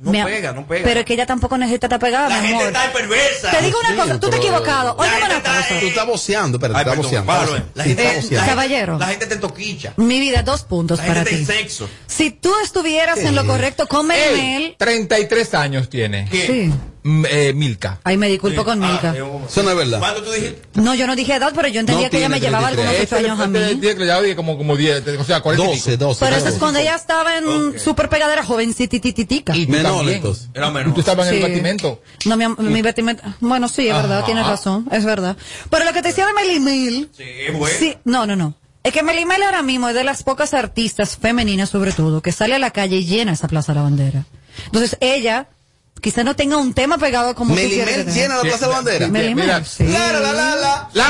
[SPEAKER 16] No
[SPEAKER 3] Mi am-
[SPEAKER 16] pega, no pega.
[SPEAKER 3] Pero es que ella tampoco necesita estar pegada,
[SPEAKER 16] La
[SPEAKER 3] mi
[SPEAKER 16] gente
[SPEAKER 3] amor.
[SPEAKER 16] está perversa.
[SPEAKER 3] Te digo una
[SPEAKER 2] Dios
[SPEAKER 3] cosa, tú te has
[SPEAKER 2] mío,
[SPEAKER 3] equivocado.
[SPEAKER 16] pero-
[SPEAKER 3] Oye,
[SPEAKER 16] La
[SPEAKER 3] una
[SPEAKER 16] gente está-
[SPEAKER 3] cosa.
[SPEAKER 2] Tú estás voceando, espérate,
[SPEAKER 16] Ay,
[SPEAKER 2] estás
[SPEAKER 16] perdón,
[SPEAKER 2] voceando.
[SPEAKER 16] Pablo, eh. La
[SPEAKER 2] Sí,
[SPEAKER 16] gente-
[SPEAKER 2] estás
[SPEAKER 16] la-
[SPEAKER 2] voceando.
[SPEAKER 3] Caballero.
[SPEAKER 16] La gente te toquicha.
[SPEAKER 3] Mi vida, dos puntos
[SPEAKER 16] La
[SPEAKER 3] para
[SPEAKER 16] gente
[SPEAKER 3] ti.
[SPEAKER 16] te sexo.
[SPEAKER 3] Si tú estuvieras en lo correcto con
[SPEAKER 4] Ey,
[SPEAKER 3] Melimel,
[SPEAKER 4] 33 años tiene.
[SPEAKER 16] ¿Qué?
[SPEAKER 3] sí.
[SPEAKER 4] mm, eh, Milka.
[SPEAKER 3] Ahí me disculpo con
[SPEAKER 16] Ah,
[SPEAKER 3] Milka.
[SPEAKER 4] Eso no es verdad. ¿Cuándo tú dijiste?
[SPEAKER 3] No, yo no dije edad, pero yo entendía que ella me llevaba algunos
[SPEAKER 4] Este,
[SPEAKER 3] ocho años a mí.
[SPEAKER 4] ya dije como, como 10, o sea, 40 12, 12.
[SPEAKER 3] Pero eso es cuando ella estaba en super pegadera, jovencitititica.
[SPEAKER 4] Y menores, entonces. Era menor. Tú estabas en el
[SPEAKER 3] Sí.
[SPEAKER 4] batimento.
[SPEAKER 3] No, mi, am- mi vestimenta. Bueno, sí, es verdad,
[SPEAKER 4] Ajá.
[SPEAKER 3] tienes razón, es verdad. Pero lo que te decía de Meli Mel. Sí, no, no, no. Es que Meli Mel ahora mismo es de las pocas artistas femeninas, sobre todo, que sale a la calle y llena esa plaza de la bandera. Entonces ella. Quizá no tenga un tema pegado como
[SPEAKER 2] Meli
[SPEAKER 3] quisiera
[SPEAKER 2] Mel
[SPEAKER 3] que tenga.
[SPEAKER 2] llena la Plaza de la Bandera.
[SPEAKER 3] Meli
[SPEAKER 2] Mira,
[SPEAKER 3] Mel, sí.
[SPEAKER 2] claro, la, la, la.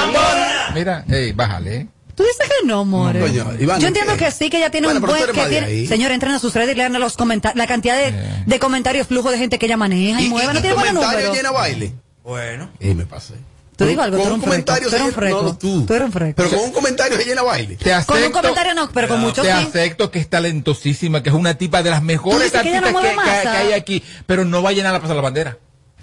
[SPEAKER 4] Mira, ey, bájale. eh.
[SPEAKER 3] Tú dices que no, more.
[SPEAKER 4] No, coño, Iván,
[SPEAKER 3] Yo entiendo
[SPEAKER 4] eh,
[SPEAKER 3] que sí, que ella tiene
[SPEAKER 4] bueno,
[SPEAKER 3] un
[SPEAKER 4] pero tú
[SPEAKER 3] buen.
[SPEAKER 4] eres
[SPEAKER 3] Que
[SPEAKER 4] más de
[SPEAKER 3] tiene,
[SPEAKER 4] ahí.
[SPEAKER 3] señor, entren a sus redes y lean los comentarios, la cantidad de, de comentarios, flujo de gente que ella maneja y, mueve. No tiene buenos
[SPEAKER 2] comentario
[SPEAKER 3] números.
[SPEAKER 2] llena baile.
[SPEAKER 16] Bueno.
[SPEAKER 2] Y me pasé.
[SPEAKER 3] Te digo algo, tú
[SPEAKER 2] con
[SPEAKER 3] eres
[SPEAKER 2] un
[SPEAKER 3] un
[SPEAKER 2] comentario
[SPEAKER 3] freco. Tú eres un
[SPEAKER 2] se- no,
[SPEAKER 3] freco.
[SPEAKER 2] tú.
[SPEAKER 3] Tú eres un freco.
[SPEAKER 2] Pero con un comentario se llena baile.
[SPEAKER 4] Te
[SPEAKER 3] Con un comentario no, pero con muchos
[SPEAKER 4] Te
[SPEAKER 3] sí.
[SPEAKER 4] acepto que es talentosísima, que es una tipa de las mejores
[SPEAKER 3] dices que ella no
[SPEAKER 4] artistas que,
[SPEAKER 3] mueve
[SPEAKER 4] que- que
[SPEAKER 3] masa.
[SPEAKER 4] hay aquí, pero no va a llenar la plaza de la bandera.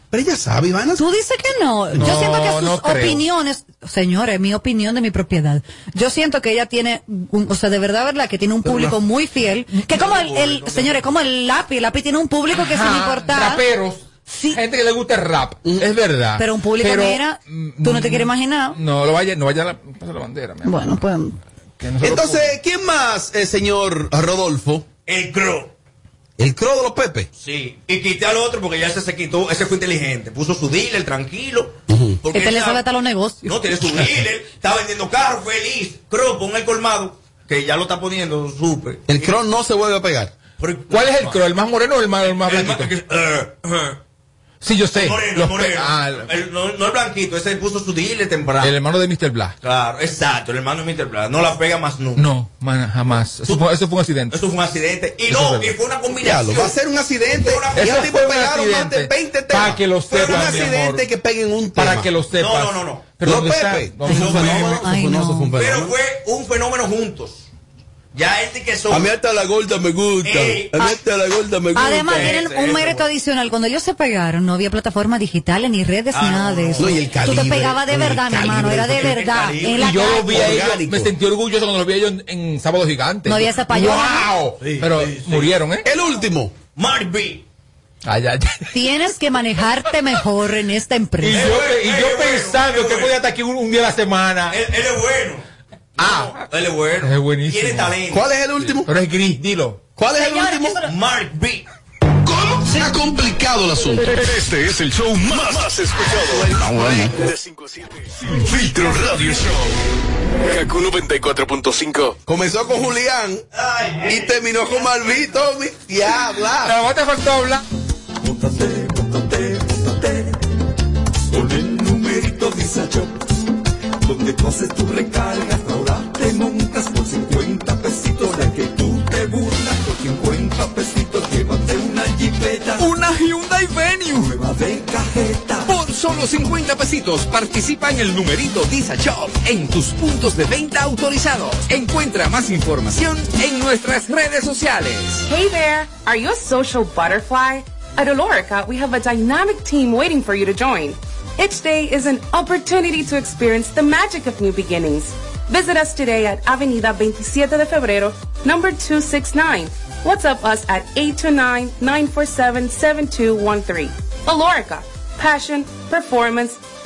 [SPEAKER 2] Pero ella sabe, Iván.
[SPEAKER 3] Tú dices que no.
[SPEAKER 4] No,
[SPEAKER 3] Yo siento que sus
[SPEAKER 4] no creo.
[SPEAKER 3] opiniones, señores, mi opinión de mi propiedad. Yo siento que ella tiene, un- o sea, de verdad, verdad, que tiene un público muy fiel. Que como el, el- señores, como el lápiz, el lápiz tiene un público que sin
[SPEAKER 4] Ajá,
[SPEAKER 3] importar.
[SPEAKER 4] Raperos. Gente que le gusta el rap. Es verdad.
[SPEAKER 3] Pero un público,
[SPEAKER 4] Ah, Pero,
[SPEAKER 3] mira, tú no te quieres imaginar.
[SPEAKER 4] No, lo vaya, no vaya a la plaza de la bandera. mi amor.
[SPEAKER 3] Bueno, pues.
[SPEAKER 4] Que nosotros-
[SPEAKER 2] Entonces, ¿quién más, eh, señor Rodolfo?
[SPEAKER 16] El Cro.
[SPEAKER 2] El Cro de los Pepe.
[SPEAKER 16] Sí. Y quité al otro porque ya ese se quitó. Ese fue inteligente. Puso su dealer tranquilo. Porque
[SPEAKER 3] Este
[SPEAKER 16] él
[SPEAKER 3] le sabe
[SPEAKER 16] sabe-
[SPEAKER 3] hasta los negocios.
[SPEAKER 16] No, tiene su dealer. está vendiendo carros. Feliz. Cro, pon el colmado. Que ya lo está poniendo. Supe.
[SPEAKER 2] El Cro no se vuelve a pegar.
[SPEAKER 4] ¿Cuál es el Cro? ¿El más moreno o el más, el más blanquito? sí, yo sé.
[SPEAKER 16] eh, Moreno,
[SPEAKER 4] Los pe-
[SPEAKER 16] moreno.
[SPEAKER 4] Ah,
[SPEAKER 16] El- no, no el blanquito. Ese puso su dealer temprano.
[SPEAKER 4] el hermano de Mr. Black.
[SPEAKER 16] Claro, exacto. El hermano de Mr. Blas. No la pega más nunca.
[SPEAKER 4] No, man, jamás. Eso fue, eso fue un accidente.
[SPEAKER 16] Eso fue un accidente. Y
[SPEAKER 4] Eso
[SPEAKER 16] no,
[SPEAKER 4] es
[SPEAKER 16] y fue una combinación.
[SPEAKER 2] Va a ser un accidente.
[SPEAKER 16] Eso
[SPEAKER 2] Y el tipo
[SPEAKER 4] fue un
[SPEAKER 2] pegaron más de
[SPEAKER 4] accidente.
[SPEAKER 2] 20 temas.
[SPEAKER 4] Para que lo
[SPEAKER 2] Fue un
[SPEAKER 4] sepas, mi
[SPEAKER 2] accidente
[SPEAKER 4] amor.
[SPEAKER 2] que peguen un tema.
[SPEAKER 4] Para que lo sepas.
[SPEAKER 16] No, no, no, no.
[SPEAKER 4] Pero
[SPEAKER 2] Los
[SPEAKER 4] ¿dónde está?
[SPEAKER 2] Pepe.
[SPEAKER 4] No, no, no.
[SPEAKER 16] Pero fue un fenómeno juntos. Ya él dice que son.
[SPEAKER 2] A mí hasta la gorda me gusta.
[SPEAKER 16] Ey. ah.
[SPEAKER 2] a mí hasta la gorda me gusta.
[SPEAKER 3] Además, tienen un mérito adicional. Cuando ellos se pegaron, no había plataformas digitales, ni redes,
[SPEAKER 4] Ah,
[SPEAKER 3] ni nada de eso.
[SPEAKER 2] No, y el
[SPEAKER 3] Tú te
[SPEAKER 2] calibre,
[SPEAKER 3] pegabas de
[SPEAKER 2] el
[SPEAKER 3] verdad, mi hermano. Era de verdad. en la
[SPEAKER 4] Y yo lo vi a
[SPEAKER 3] calle.
[SPEAKER 4] ellos, me sentí orgulloso cuando lo vi a ellos en, en Sábado Gigante.
[SPEAKER 3] No había esa payola,
[SPEAKER 4] ¡Wow! Pero murieron, ¿eh?
[SPEAKER 2] El último.
[SPEAKER 16] Marby.
[SPEAKER 4] Ay, ay, ay.
[SPEAKER 3] Tienes que manejarte mejor en esta
[SPEAKER 4] Y
[SPEAKER 3] empresa.
[SPEAKER 4] yo, y yo pensando que podía estar aquí un, un día a la semana.
[SPEAKER 16] Él, él es bueno.
[SPEAKER 4] Ah,
[SPEAKER 16] él es bueno.
[SPEAKER 4] Es buenísimo.
[SPEAKER 16] Tiene talento.
[SPEAKER 2] ¿Cuál es el último?
[SPEAKER 4] Pero es gris, dilo.
[SPEAKER 2] ¿Cuál es el último?
[SPEAKER 16] Mark B.
[SPEAKER 2] ¿Cómo? Se ha complicado el asunto.
[SPEAKER 6] Este es el show más, más escuchado.
[SPEAKER 10] Ah, bueno.
[SPEAKER 6] De 5 a 7. Sin filtro radio show. Kaku 94.5.
[SPEAKER 2] Comenzó con Julián y terminó con Marví, Tommy. Ya,
[SPEAKER 4] Nada
[SPEAKER 2] bla.
[SPEAKER 4] más te faltó hablar.
[SPEAKER 7] Póntate, póntate, póntate. Con el numerito Visa Shop, donde tú haces tu recarga, ahora te montas por 50 pesitos. La que tú te burlas por 50 pesitos, llévate una jipeta.
[SPEAKER 14] Una Hyundai Venue.
[SPEAKER 7] Nueva de cajeta.
[SPEAKER 14] Por solo 50 pesitos participa en el numerito Disa Shop en tus puntos de venta autorizados. Encuentra más información en nuestras redes sociales.
[SPEAKER 13] Hey there, are you a social butterfly? At Olorica, we have a dynamic team waiting for you to join. Each day is an opportunity to experience the magic of new beginnings. Visit us today at Avenida 27 de Febrero, number 269. WhatsApp us at 829-947-7213. Olorica, passion, performance,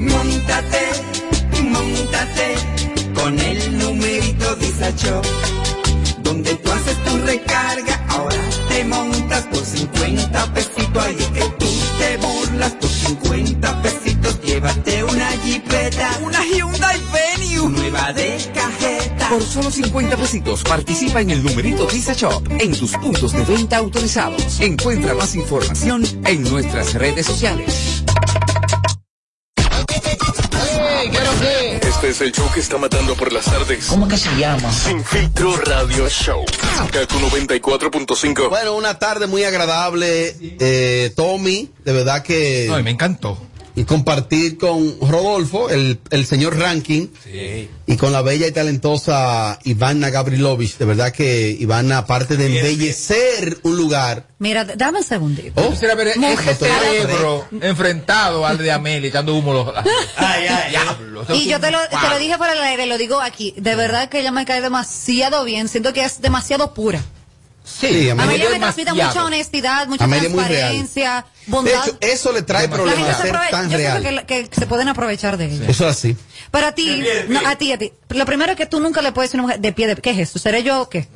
[SPEAKER 7] Montate, montate con el numerito Visa Shop, donde tú haces tu recarga, ahora te montas por 50 pesitos, ahí es que tú te burlas por 50 pesitos, llévate una jipeta,
[SPEAKER 14] Una Hyundai Venue.
[SPEAKER 7] nueva de cajeta.
[SPEAKER 14] Por solo 50 pesitos participa en el numerito Visa Shop en tus puntos de venta autorizados. Encuentra más información en nuestras redes sociales.
[SPEAKER 6] Este martes, el show que está matando por las tardes.
[SPEAKER 2] ¿Cómo que se llama?
[SPEAKER 6] Sin filtro radio show. Kaku 94.5.
[SPEAKER 2] Bueno, una tarde muy agradable, eh, Tommy, de verdad que...
[SPEAKER 4] No, y me encantó.
[SPEAKER 2] Y compartir con Rodolfo, el, el señor Ranking,
[SPEAKER 4] Sí.
[SPEAKER 2] y con la bella y talentosa Ivana Gabrilovich. De verdad que Ivana, aparte de embellecer un lugar...
[SPEAKER 3] Mira, d- dame un segundito.
[SPEAKER 2] Oh.
[SPEAKER 4] Quisiera ver
[SPEAKER 3] Mujer.
[SPEAKER 4] este cerebro enfrentado al de Amelia echando humo los.
[SPEAKER 16] Ay, ay,
[SPEAKER 4] diablo.
[SPEAKER 3] Y yo te lo, te lo dije por el aire, lo digo aquí. De verdad que ella me cae demasiado bien. Siento que es demasiado pura.
[SPEAKER 2] Sí,
[SPEAKER 3] A mí ella me transmite
[SPEAKER 2] transmite
[SPEAKER 3] mucha honestidad, mucha
[SPEAKER 2] Amelia es muy real.
[SPEAKER 3] transparencia,
[SPEAKER 2] De
[SPEAKER 3] bondad.
[SPEAKER 2] hecho, eso le trae
[SPEAKER 3] la gente
[SPEAKER 2] problemas
[SPEAKER 3] se
[SPEAKER 2] ser
[SPEAKER 3] aprove-
[SPEAKER 2] tan
[SPEAKER 3] yo
[SPEAKER 2] real.
[SPEAKER 3] siento que, que se pueden aprovechar de ella.
[SPEAKER 2] Eso es así.
[SPEAKER 3] Para ti, no, a ti, a ti. Lo primero es que tú nunca le puedes decir a una mujer de pie de ¿Qué es eso? ¿Seré yo o qué?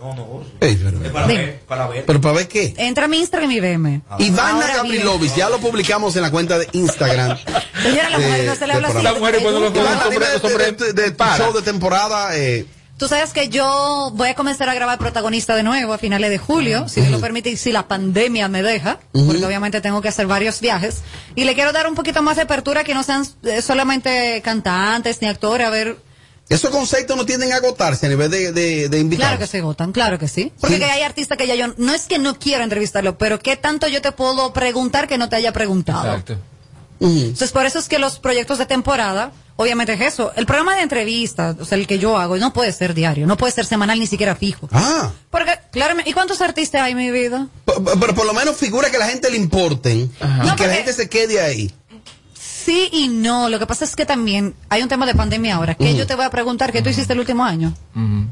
[SPEAKER 16] Para
[SPEAKER 3] Dime.
[SPEAKER 16] ver, para ver.
[SPEAKER 2] Pero para ver qué.
[SPEAKER 3] Entra a mi Instagram y veme.
[SPEAKER 2] Ivana
[SPEAKER 3] Ahora bien.
[SPEAKER 2] Gabrilovich, ya lo publicamos en la cuenta de Instagram.
[SPEAKER 3] Señora,
[SPEAKER 2] Eh,
[SPEAKER 3] la mujer no se le habla así.
[SPEAKER 2] La mujer
[SPEAKER 4] cuando los
[SPEAKER 2] Ivana,
[SPEAKER 4] hombres-
[SPEAKER 2] dime de-
[SPEAKER 4] los hombres
[SPEAKER 2] de- de- de tu show de temporada. eh,
[SPEAKER 3] Tú sabes que yo voy a comenzar a grabar protagonista de nuevo a finales de julio, si Dios lo permite y si la pandemia me deja,
[SPEAKER 2] Ujú.
[SPEAKER 3] porque obviamente tengo que hacer varios viajes. Y le quiero dar un poquito más de apertura que no sean eh, solamente cantantes ni actores, a ver.
[SPEAKER 2] Esos conceptos no tienden a agotarse a nivel de, de, de
[SPEAKER 3] Claro
[SPEAKER 2] invitados.
[SPEAKER 3] que se agotan, claro que sí. Porque que hay artistas que ya yo, no es que no quiera entrevistarlo, pero ¿qué tanto yo te puedo preguntar que no te haya preguntado?
[SPEAKER 2] Ujú.
[SPEAKER 3] Entonces, por eso es que los proyectos de temporada, obviamente es eso. El programa de entrevistas, o sea, el que yo hago, no puede ser diario, no puede ser semanal, ni siquiera fijo.
[SPEAKER 2] Ah,
[SPEAKER 3] Porque, claro, ¿y cuántos artistas hay en mi vida?
[SPEAKER 2] p- p- pero por lo menos figura que a la gente le importen y que la gente se quede ahí.
[SPEAKER 3] Sí y no. Lo que pasa es que también hay un tema de pandemia ahora. Que
[SPEAKER 2] Ujú.
[SPEAKER 4] Mm.
[SPEAKER 3] yo te voy a preguntar que tú hiciste el último año.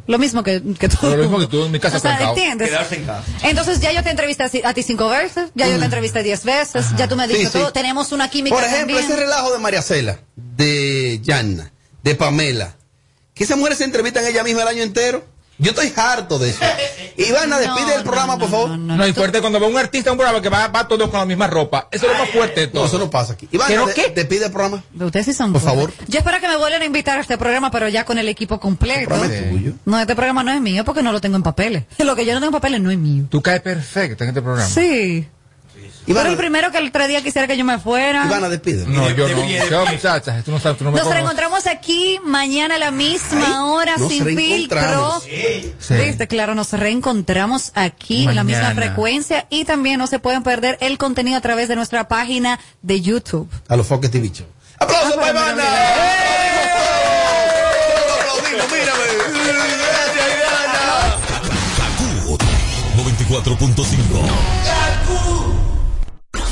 [SPEAKER 3] Lo mismo que, que tú.
[SPEAKER 4] Pero lo mismo que tú en mi casa
[SPEAKER 3] O sea,
[SPEAKER 4] trancado.
[SPEAKER 3] ¿entiendes?
[SPEAKER 4] Quedarse en casa.
[SPEAKER 3] Entonces, ya yo te entrevisté así- a ti cinco veces, ya yo
[SPEAKER 4] Mm.
[SPEAKER 3] te entrevisté diez veces, ya tú me has
[SPEAKER 2] Sí,
[SPEAKER 3] dicho
[SPEAKER 2] sí.
[SPEAKER 3] todo. Tenemos una química.
[SPEAKER 2] Por ejemplo,
[SPEAKER 3] también.
[SPEAKER 2] ese relajo de María Cela, de Yanna, de Pamela, que esas mujeres se entrevistan ella misma el año entero. Yo estoy harto de eso. Ivana, despide el programa, por favor.
[SPEAKER 4] No, y fuerte cuando va un artista a un programa que va, va todo con la misma ropa. Eso es lo más fuerte de todo. eso
[SPEAKER 2] no pasa aquí. Ivana,
[SPEAKER 4] ¿Pero
[SPEAKER 2] de-
[SPEAKER 4] qué?
[SPEAKER 2] despide el programa.
[SPEAKER 3] Ustedes sí son.
[SPEAKER 4] Por favor.
[SPEAKER 3] Yo espero que me vuelvan a invitar a este programa, pero ya con el equipo completo. No, este programa no es mío porque no lo tengo en papeles. Lo que yo no tengo en papeles no es mío.
[SPEAKER 4] Tú caes perfecto en este programa.
[SPEAKER 3] Sí. Pero el primero que el tres días quisiera que yo me fuera.
[SPEAKER 2] despide.
[SPEAKER 4] No, yo no. Yo, muchachas, tú no sabes, tú no me
[SPEAKER 3] Nos
[SPEAKER 4] conoces.
[SPEAKER 3] reencontramos aquí mañana a la misma hora,
[SPEAKER 4] nos
[SPEAKER 3] sin filtro.
[SPEAKER 4] reencontramos. Sí.
[SPEAKER 3] Viste, claro, nos reencontramos aquí en la misma
[SPEAKER 2] Mañana.
[SPEAKER 3] frecuencia y también no se pueden perder el contenido a través de nuestra página de YouTube.
[SPEAKER 2] A los foques TV Show. ¡Aplausos para Ivana!
[SPEAKER 6] Kaku 94.5.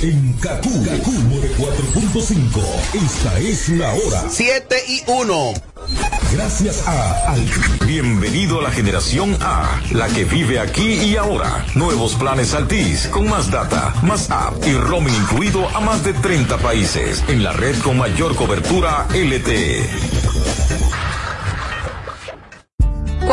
[SPEAKER 10] En Kaku, Kaku 4.5. Esta es la hora.
[SPEAKER 2] 7 y 1.
[SPEAKER 10] Gracias a Al.
[SPEAKER 6] Bienvenido a la generación A, la que vive aquí y ahora. Nuevos planes Altis, con más data, más app y roaming incluido a más de 30 países, en la red con mayor cobertura E. LTE.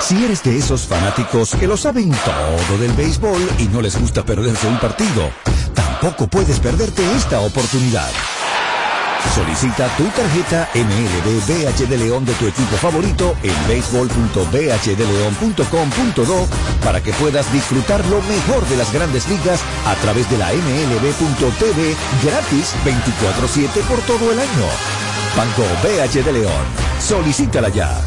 [SPEAKER 22] Si eres de esos fanáticos que lo saben todo del béisbol y no les gusta perderse un partido, tampoco puedes perderte esta oportunidad. Solicita tu tarjeta MLB BH de León de tu equipo favorito en béisbol.bhdeleon.com.do para que puedas disfrutar lo mejor de las grandes ligas a través de la MLB.tv gratis 24-7 por todo el año. Banco BH de León. Solicítala ya.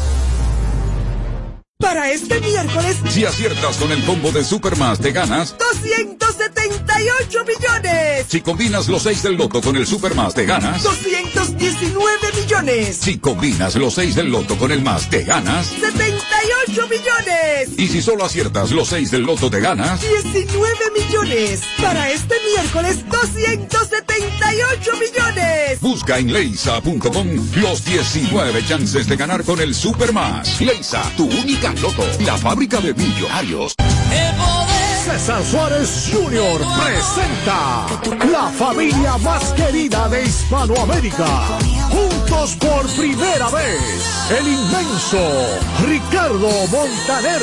[SPEAKER 23] Para este miércoles,
[SPEAKER 24] Si aciertas con el combo de Supermas, te ganas.
[SPEAKER 23] 278 millones.
[SPEAKER 24] Si combinas los 6 del loto con el Supermas, te ganas.
[SPEAKER 23] 219 millones.
[SPEAKER 24] Si combinas los 6 del loto con el más, te ganas.
[SPEAKER 23] 78 millones.
[SPEAKER 24] Y si solo aciertas los 6 del loto, te ganas.
[SPEAKER 23] 19 millones. Para este miércoles, 278 millones.
[SPEAKER 24] Busca en leisa.com los 19 chances de ganar con el Supermas. Leisa, tu única loto. La fábrica de millonarios.
[SPEAKER 25] César Suárez Jr. presenta la familia más querida de Hispanoamérica. juntos por primera vez, el inmenso Ricardo Montaner,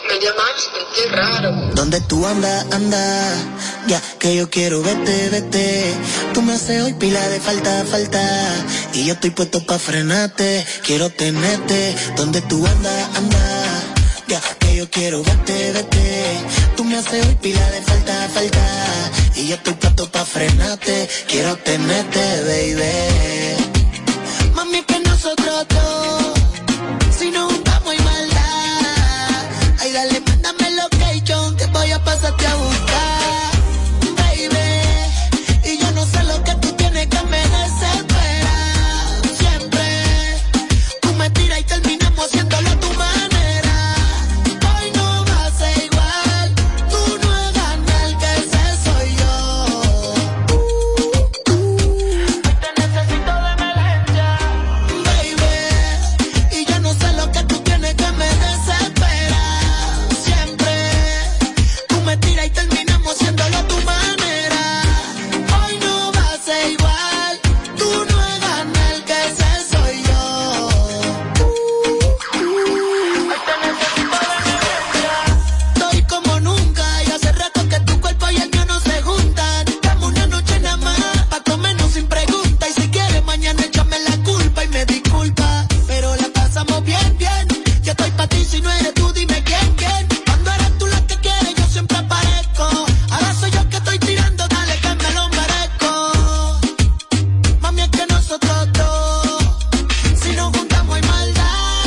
[SPEAKER 5] Donde tú andas, anda, ya que yo quiero vete, vete. Tú me haces hoy pila de falta, falta. Y yo estoy puesto pa' frenarte, quiero tenerte. Donde tú andas, anda, ya que yo quiero vete, vete. Tú me haces hoy pila de falta, falta. Y yo estoy puesto pa' frenarte, quiero tenerte, baby. Mami, que nosotros dos, si nos juntamos hay maldad. Ay, dale, mándame location que voy a pasarte a buscar, baby. Y yo no sé lo que tú tienes que me desespera. Siempre tú me tiras y terminamos haciéndolo a tu manera. Hoy no va a ser igual, tú no hagas nada, el que ese soy yo. Hoy te necesito de emergencia, baby. Y yo no sé lo que tú tienes que me desespera. Siempre tú me tiras y terminamos haciéndolo a tu manera. Hoy no va a ser igual. Tú no hagas nada, el que ese soy yo. Estoy como nunca y hace rato que tu cuerpo y el mío no se juntan. Dame una noche nada más pa' comernos sin pregunta y si quieres mañana échame la culpa y me disculpa. Pero la pasamos bien, bien. Yo estoy pa' ti si no eres tú, dime quién, quién. Cuando eres tú la que quieres yo siempre aparezco. Ahora soy yo que estoy tirando, dale que me lo merezco. Mami, es que nosotros dos, si nos juntamos hay maldad.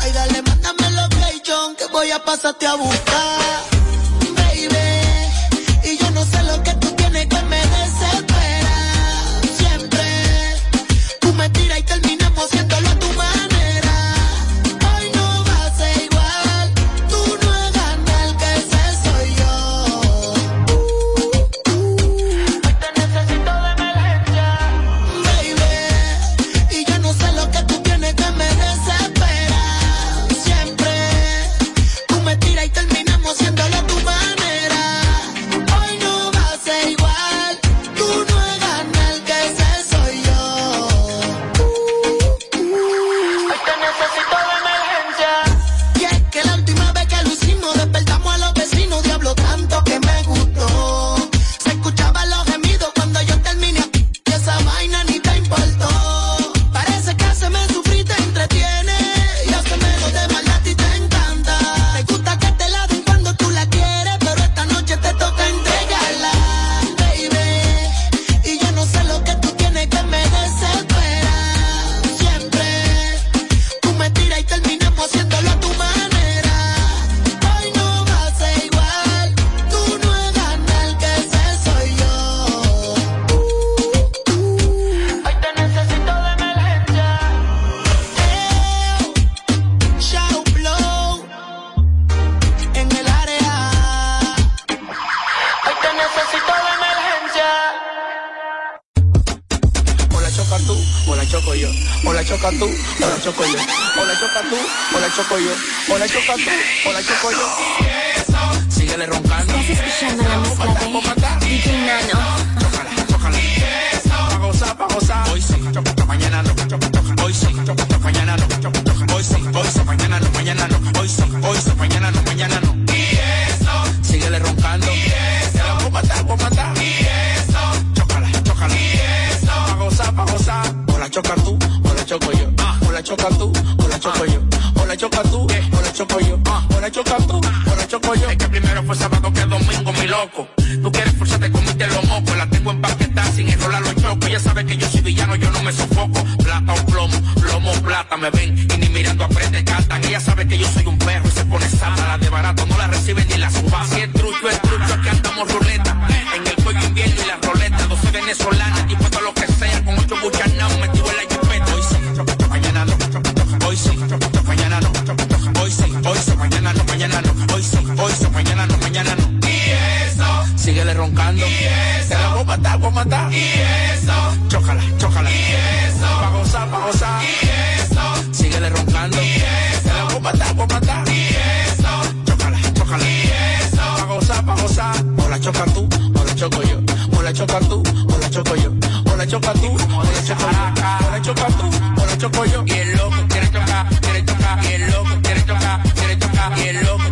[SPEAKER 5] Ay, dale, mándame location que voy a pasarte a buscar, baby. Y yo no sé lo que tú tienes que me desespera. Siempre tú me tiras y terminamos haciéndolo a tu manera. Hoy no va a ser igual, tú no hagas nada, el que ese soy yo. Baby, y yo no sé lo que tú tienes que me desespera. Siempre tú me tiras y terminamos haciéndolo a tu manera. Hoy no va a ser igual, tú no hagas nada, el que ese soy yo. Hoy te necesito de emergencia. Y es que la última vez que lo hicimos despertamos a los vecinos, diablo tanto que me gustó. Se escuchaban los gemidos cuando yo terminé y esa vaina ni te importó. Parece que se me sufrí, te entretiene. Yo se me lo de maldad y te encanta. Te gusta que te la den cuando tú la quieres, pero esta noche te toca entregarla, baby. Y yo no sé lo que tú tienes que me desespera. Siempre tú me tiras y terminamos haciéndolo a tu manera. Hoy no va a ser igual, tú no hagas nada, el que ese soy yo. Shadow Blow en el área. Hoy te necesito de emergencia.
[SPEAKER 8] O la chocas tú, o la choco yo. O la chocas tú, o la choco yo. O la chocas tú, o la choco yo. O la chocas tú, o la choco yo. Síguele roncando. Pa' gozar, pa' gozar. Hoy sí, choca, choca, mañana no, choca, choca. Hoy sí, choca, choca, mañana no, choca, choca. Hoy sí, hoy sí, mañana no, mañana no. Hoy sí, hoy sí, mañana no, mañana no. Síguele roncando. La voy a matar, voy a matar. Chócala, chócala. Pa' gozar, pa' gozar. O la choca tú, o la choco yo. O la choca tú, o la choco yo. O la choca tú, o la choco yo. O la choca tú, o la me sofoco. Plata o plomo, plomo o plata. Me ven y ni mirando aprende cantan. Ella sabe que yo soy un perro y se pone sana. La de barato no la recibe ni la suba. Si es trucho, es trucho, aquí andamos ruleta. En el cuello invierno y la roleta. 12 venezolanas, dispuesto a lo que sea. Con ocho buchanas, metido en la chupeta. Hoy sí, mañana no. Hoy sí, mañana no. Hoy sí, hoy sí, mañana no, mañana no. Hoy sí, hoy sí, mañana no, mañana no. Y eso. Síguele roncando. Y eso. Te la voy a matar, voy a matar. Y eso. Chócala, chócala. Y eso. Pa' gozar, pa' gozar. Y eso. Síguele roncando. Y eso. Te la voy a matar, voy a matar. Y eso. Chócala, chócala. Y eso. Pa' gozar, pa' gozar. O la chocas tú, o la choco yo. O la chocas tú, o la choco yo. O la chocas tú, o la choco yo. O la chocas tú, o la choco yo. Y el loco quiere chocar, quiere chocar. Y el loco quiere chocar, quiere chocar. Y el loco